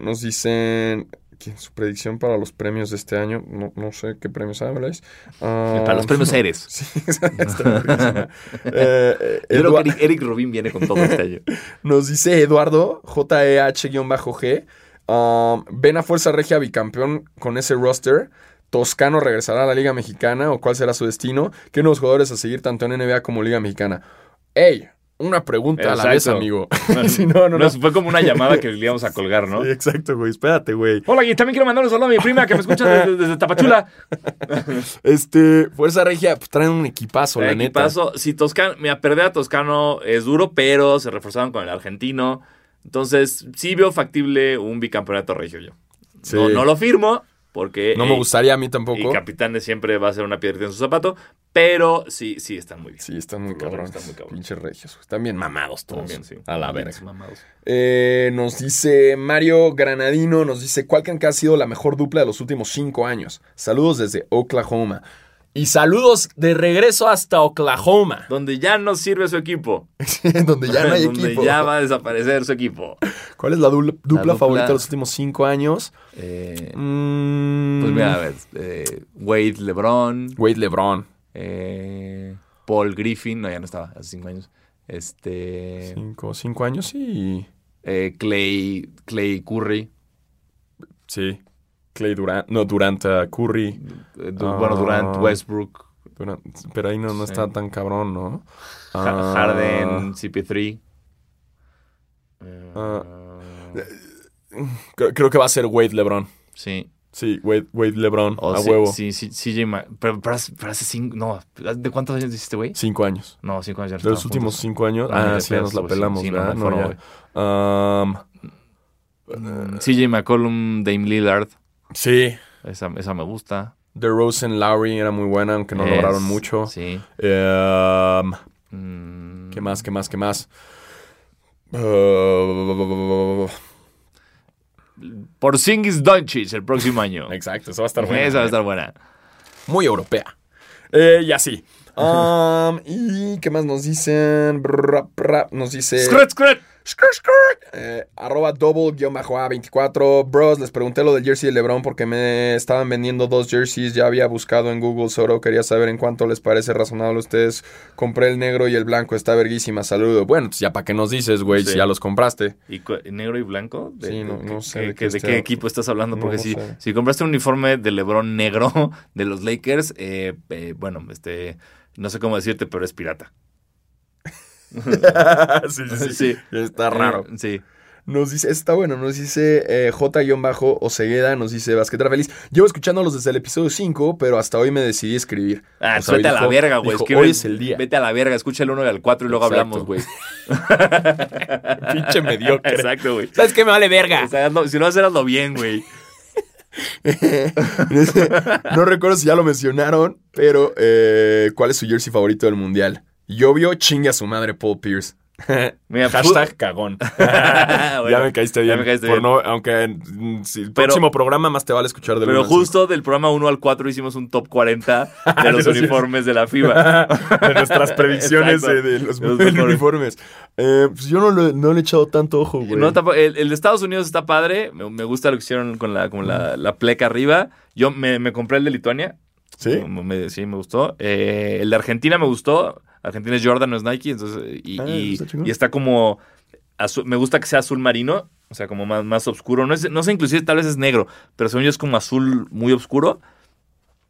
Speaker 1: nos dicen. ¿quién, su predicción para los premios de este año. No, no sé qué premios habláis. Ah,
Speaker 2: Eh, Para los premios Eres.
Speaker 1: Sí, está verguísima. Eh, eh,
Speaker 2: Yo creo
Speaker 1: Edua-
Speaker 2: que Eric, Eric Rubin viene con todo este año.
Speaker 1: Nos dice Eduardo, E JEH-G. um, ven a Fuerza Regia bicampeón con ese roster. Toscano regresará a la Liga Mexicana o cuál será su destino. ¿Qué nuevos jugadores a seguir tanto en NBA como Liga Mexicana? ¡Ey! Una pregunta a la
Speaker 2: Exacto.
Speaker 1: vez, amigo. Sí, no, no, no.
Speaker 2: Nos Fue como una llamada que le íbamos a colgar, ¿no?
Speaker 1: Sí, exacto, güey. Espérate, güey.
Speaker 2: Hola, y también quiero mandar un saludo a mi prima que me escucha desde, desde Tapachula.
Speaker 1: Este, Fuerza Regia, pues traen un equipazo,
Speaker 2: Eh,
Speaker 1: la neta.
Speaker 2: Equipazo. Si Toscano, mira, perder a Toscano es duro, pero se reforzaron con el argentino. Entonces, sí veo factible un bicampeonato regio yo.
Speaker 1: Sí.
Speaker 2: No, no lo firmo, porque.
Speaker 1: No me
Speaker 2: eh,
Speaker 1: gustaría a mí
Speaker 2: Y
Speaker 1: tampoco.
Speaker 2: Capitanes siempre va a ser una piedrita en su zapato, pero sí, sí, están muy bien.
Speaker 1: Sí, están muy
Speaker 2: Los Reyes
Speaker 1: cabrones.
Speaker 2: están muy cabrones.
Speaker 1: Pinches regios. güey. Están bien mamados todos.
Speaker 2: También, sí.
Speaker 1: A la
Speaker 2: Bien,
Speaker 1: verga.
Speaker 2: mamados.
Speaker 1: Eh, nos dice Mario Granadino, nos dice, ¿cuál creen que ha sido la mejor dupla de los últimos cinco años? Saludos desde Oklahoma. Y saludos de regreso hasta Oklahoma,
Speaker 2: Donde ya no sirve su equipo.
Speaker 1: donde ya no hay
Speaker 2: donde
Speaker 1: equipo.
Speaker 2: ya va a desaparecer su equipo.
Speaker 1: ¿Cuál es la, dul- dupla
Speaker 2: dupla-
Speaker 1: favorita de los últimos cinco años?
Speaker 2: Eh,
Speaker 1: Mm,
Speaker 2: Pues mira, a ver, eh, Wade LeBron,
Speaker 1: Wade LeBron.
Speaker 2: eh, Paul Griffin, no, ya no estaba, hace cinco años. Este,
Speaker 1: Cinco, cinco años, sí.
Speaker 2: eh, Clay, Clay Curry,
Speaker 1: Sí. Clay Durant, no, Durant, uh, Curry.
Speaker 2: eh, Du- bueno, Durant,
Speaker 1: Ah.
Speaker 2: Westbrook,
Speaker 1: Durant, pero ahí no, no
Speaker 2: Sí.
Speaker 1: está tan cabrón, ¿no?
Speaker 2: Ha-
Speaker 1: Ah,
Speaker 2: Harden, CP3. Eh,
Speaker 1: Ah. Creo, creo que va a ser Wade LeBron.
Speaker 2: sí.
Speaker 1: Sí, Wade, Wade LeBron,
Speaker 2: O
Speaker 1: a
Speaker 2: Oh, sí-
Speaker 1: huevo.
Speaker 2: Sí, sí, CJ Ma- pero, pero hace, pero hace cinco, no, ¿de cuántos años dijiste, güey?
Speaker 1: Cinco años.
Speaker 2: No, cinco años. ya no
Speaker 1: De los
Speaker 2: estaban
Speaker 1: últimos
Speaker 2: juntos.
Speaker 1: cinco años.
Speaker 2: Ah,
Speaker 1: Ah,
Speaker 2: de
Speaker 1: sí, ya nos la
Speaker 2: pesos, sí,
Speaker 1: pelamos,
Speaker 2: sí, no,
Speaker 1: ¿verdad?
Speaker 2: no
Speaker 1: No,
Speaker 2: fueron,
Speaker 1: ya. Um,
Speaker 2: CJ McCollum, Dame Lillard,
Speaker 1: sí,
Speaker 2: esa, esa me gusta.
Speaker 1: The Rosen Lowry era muy buena, aunque no
Speaker 2: Es-
Speaker 1: lograron mucho.
Speaker 2: Sí.
Speaker 1: Em,
Speaker 2: Mm,
Speaker 1: ¿Qué más? ¿Qué más? ¿Qué más? Eh,
Speaker 2: Por Singis Doncic el próximo año.
Speaker 1: exacto, eso va a estar bueno.
Speaker 2: Esa va a estar buena.
Speaker 1: Muy europea. Eh, y así. Am, ¿Y qué más nos dicen? Brrra, brrra, nos dice...
Speaker 2: Scrut, scrut.
Speaker 1: Skirt, skirt. Eh, arroba double guión bajo A24. Bros, les pregunté lo del jersey de LeBron porque me estaban vendiendo dos jerseys. Ya había buscado en Google Soro. Quería saber en cuánto les parece razonable a ustedes. Compré el negro y el blanco. Está verguísima. Saludo. Bueno, pues ya para qué nos dices, güey,
Speaker 2: Sí.
Speaker 1: si ya los compraste.
Speaker 2: ¿Y cu- negro y blanco? ¿De,
Speaker 1: Sí, no-
Speaker 2: de-
Speaker 1: no
Speaker 2: qué-
Speaker 1: sé
Speaker 2: qué-
Speaker 1: de
Speaker 2: de
Speaker 1: qué
Speaker 2: qué,
Speaker 1: esté-
Speaker 2: equipo estás hablando?
Speaker 1: no
Speaker 2: Porque
Speaker 1: lo
Speaker 2: si,
Speaker 1: sé.
Speaker 2: si compraste un uniforme de Lebrón negro de los Lakers, eh, eh, bueno, este, no sé cómo decirte, pero es pirata.
Speaker 1: sí,
Speaker 2: Sí.
Speaker 1: Está raro.
Speaker 2: Eh, sí.
Speaker 1: Nos dice, está bueno, nos dice eh, J-Osegueda, nos dice Basquetera Feliz. Llevo escuchándolos desde el episodio 5, pero hasta hoy me decidí escribir.
Speaker 2: Ah,
Speaker 1: O sea,
Speaker 2: vete
Speaker 1: dijo-
Speaker 2: a la verga, güey.
Speaker 1: dijo,
Speaker 2: Escribe-
Speaker 1: Hoy es el día.
Speaker 2: Vete a la verga, escucha el 1 y al 4 y luego
Speaker 1: Exacto.
Speaker 2: hablamos, güey.
Speaker 1: Pinche mediocre.
Speaker 2: Exacto, güey.
Speaker 1: ¿Sabes qué me vale verga?
Speaker 2: O sea, hazlo- si lo haces, hazlo bien, güey.
Speaker 1: no recuerdo si ya lo mencionaron, pero eh, ¿cuál es su jersey favorito del mundial? Yo vio chinga a su madre Paul Pierce.
Speaker 2: Mira, pues,
Speaker 1: Hashtag cagón. ya
Speaker 2: Ah, Bueno,
Speaker 1: me caíste
Speaker 2: ya
Speaker 1: bien.
Speaker 2: me caíste
Speaker 1: Por
Speaker 2: bien.
Speaker 1: no- aunque mm, si el
Speaker 2: Pero-
Speaker 1: próximo programa más te vale escuchar de
Speaker 2: Pero
Speaker 1: uno al cinco.
Speaker 2: justo del programa 1 al 4 hicimos un top 40 de los
Speaker 1: Ah, Eso sí es.
Speaker 2: uniformes de la FIBA.
Speaker 1: de nuestras predicciones
Speaker 2: Exacto.
Speaker 1: eh, de los
Speaker 2: Los
Speaker 1: del
Speaker 2: mejores.
Speaker 1: uniformes. Eh, pues yo no, lo- no le he echado tanto ojo, güey.
Speaker 2: No, tampoco- el, el de Estados Unidos está padre. Me, me gusta lo que hicieron con la, con la, la pleca arriba. Yo me, me compré el de Lituania.
Speaker 1: ¿Sí?
Speaker 2: Me- me- sí, me gustó. Eh, el de Argentina me gustó. Argentina es Jordan, no es Nike. Entonces, eh, y,
Speaker 1: Ah,
Speaker 2: y-
Speaker 1: está chingón.
Speaker 2: y está como. azu- me gusta que sea azul marino. O sea, como más, más oscuro. No, es- no sé, inclusive tal vez es negro. Pero según yo es como azul muy oscuro.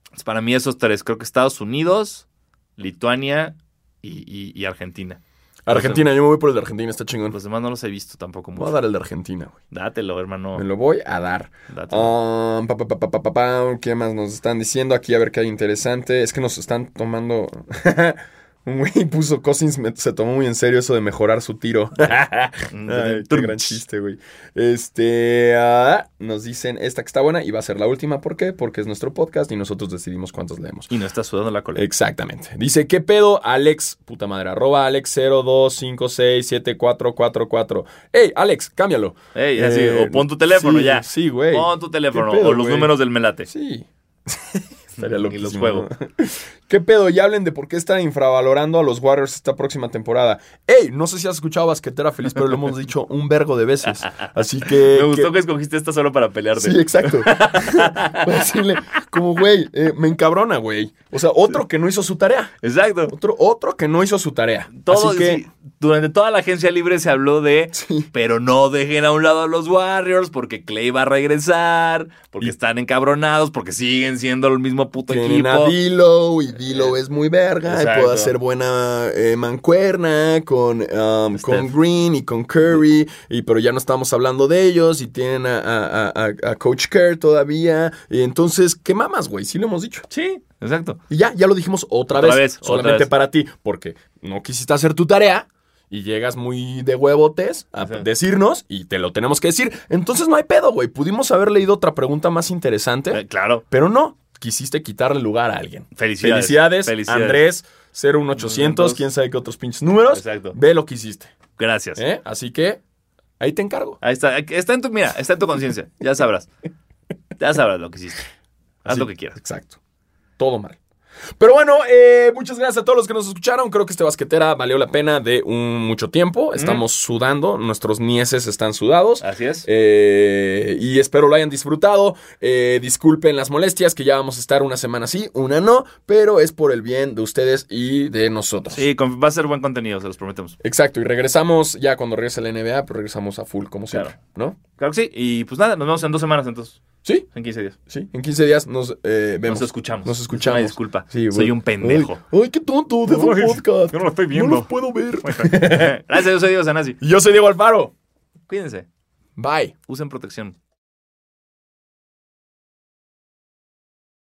Speaker 2: Entonces, para mí esos tres. Creo que Estados Unidos, Lituania y, y- y Argentina.
Speaker 1: Argentina, yo me voy por el de Argentina, está chingón.
Speaker 2: Los demás no los he visto tampoco
Speaker 1: voy a
Speaker 2: mucho.
Speaker 1: dar el de Argentina, güey.
Speaker 2: Dátelo, hermano.
Speaker 1: Me lo voy a dar.
Speaker 2: Dátelo.
Speaker 1: Um, pa, pa, pa, pa, pa, pa, pa, ¿Qué más nos están diciendo? Aquí a ver qué hay interesante. Es que nos están tomando. Un güey puso Cousins, me- se tomó muy en serio eso de mejorar su tiro. Ay, qué gran chiste, güey. Este, ah, nos dicen esta que está buena y va a ser la última. ¿Por qué? Porque es nuestro podcast y nosotros decidimos cuántos leemos.
Speaker 2: Y no está sudando la
Speaker 1: Eh,
Speaker 2: cola.
Speaker 1: Exactamente. Dice, ¿qué pedo? Alex, puta madre, arroba Alex 02567444. Ey, Alex, cámbialo.
Speaker 2: Ey, así,
Speaker 1: Eh,
Speaker 2: o pon tu teléfono
Speaker 1: sí,
Speaker 2: ya.
Speaker 1: Sí, güey.
Speaker 2: Pon tu teléfono
Speaker 1: ¿Qué pedo,
Speaker 2: o los
Speaker 1: güey?
Speaker 2: números del melate.
Speaker 1: Sí.
Speaker 2: Y los
Speaker 1: loquísimo,
Speaker 2: juego.
Speaker 1: ¿no? ¿Qué pedo? Ya hablen de por qué están infravalorando a los Warriors esta próxima temporada. Ey, no sé si has escuchado Basquetera Feliz, pero lo hemos dicho un vergo de veces. Así que...
Speaker 2: Me gustó que escogiste esta solo para pelearte.
Speaker 1: Sí, exacto. Para decirle, como, güey, eh, me encabrona, güey. O sea, otro que no hizo su tarea.
Speaker 2: Exacto.
Speaker 1: Otro, otro que no hizo su tarea.
Speaker 2: Todo,
Speaker 1: Así que...
Speaker 2: sí, durante toda la agencia libre se habló de,
Speaker 1: Sí.
Speaker 2: pero no dejen a un lado a los Warriors porque Clay va a regresar, porque
Speaker 1: Y-
Speaker 2: están encabronados, porque siguen siendo el mismo puto
Speaker 1: Tienen
Speaker 2: equipo. Eh,
Speaker 1: a Dilo y Dilo es muy verga y
Speaker 2: Exacto.
Speaker 1: puede hacer buena eh, mancuerna con, um,
Speaker 2: Steph.
Speaker 1: con Green y con Curry, y, pero ya no estamos hablando de ellos y tienen a, a- a- a- a Coach Kerr todavía. Y entonces, ¿qué mamas, güey? Sí lo hemos dicho.
Speaker 2: Sí, exacto.
Speaker 1: Y ya, ya lo dijimos otra,
Speaker 2: Otra
Speaker 1: vez,
Speaker 2: vez, otra
Speaker 1: solamente
Speaker 2: vez.
Speaker 1: para ti, porque no quisiste hacer tu tarea. Y llegas muy de huevotes a
Speaker 2: Ajá.
Speaker 1: decirnos y te lo tenemos que decir. Entonces no hay pedo, güey. Pudimos haber leído otra pregunta más interesante.
Speaker 2: Eh, claro.
Speaker 1: Pero no, quisiste quitarle lugar a alguien.
Speaker 2: Felicidades.
Speaker 1: Felicidades, Andrés 01800,
Speaker 2: 800,
Speaker 1: quién sabe qué otros pinches números.
Speaker 2: Exacto.
Speaker 1: Ve lo que hiciste.
Speaker 2: Gracias.
Speaker 1: ¿eh? Así que ahí te encargo.
Speaker 2: Ahí está. Está en tu, mira, está en tu conciencia. Ya sabrás. Ya sabrás lo que hiciste. Haz
Speaker 1: Así-
Speaker 2: lo que quieras.
Speaker 1: Exacto. Todo mal. Pero bueno, eh, muchas gracias a todos los que nos escucharon. Creo que este basquetera valió la pena de un mucho tiempo. Estamos sudando, nuestros nieces están sudados.
Speaker 2: Así es.
Speaker 1: Eh, y espero lo hayan disfrutado. Eh, disculpen las molestias, que ya vamos a estar una semana sí, una no, pero es por el bien de ustedes y de nosotros.
Speaker 2: Sí, con- va a ser buen contenido, se los prometemos.
Speaker 1: Exacto, y regresamos ya cuando regrese la NBA, pero regresamos a full como siempre,
Speaker 2: Claro.
Speaker 1: ¿no?
Speaker 2: Claro que sí. Y pues nada, nos vemos en dos semanas entonces.
Speaker 1: Sí,
Speaker 2: En 15 días.
Speaker 1: sí, en 15 días nos eh, vemos.
Speaker 2: Nos escuchamos.
Speaker 1: Nos escuchamos.
Speaker 2: Una disculpa.
Speaker 1: Sí, güey.
Speaker 2: Soy un pendejo.
Speaker 1: Ay, ay, qué tonto, de un
Speaker 2: Ay,
Speaker 1: podcast.
Speaker 2: yo no lo estoy
Speaker 1: No
Speaker 2: viendo.
Speaker 1: los puedo ver.
Speaker 2: Gracias, yo soy Diego Sanasi.
Speaker 1: Y Yo soy Diego Alfaro.
Speaker 2: Cuídense.
Speaker 1: Bye.
Speaker 2: Usen protección.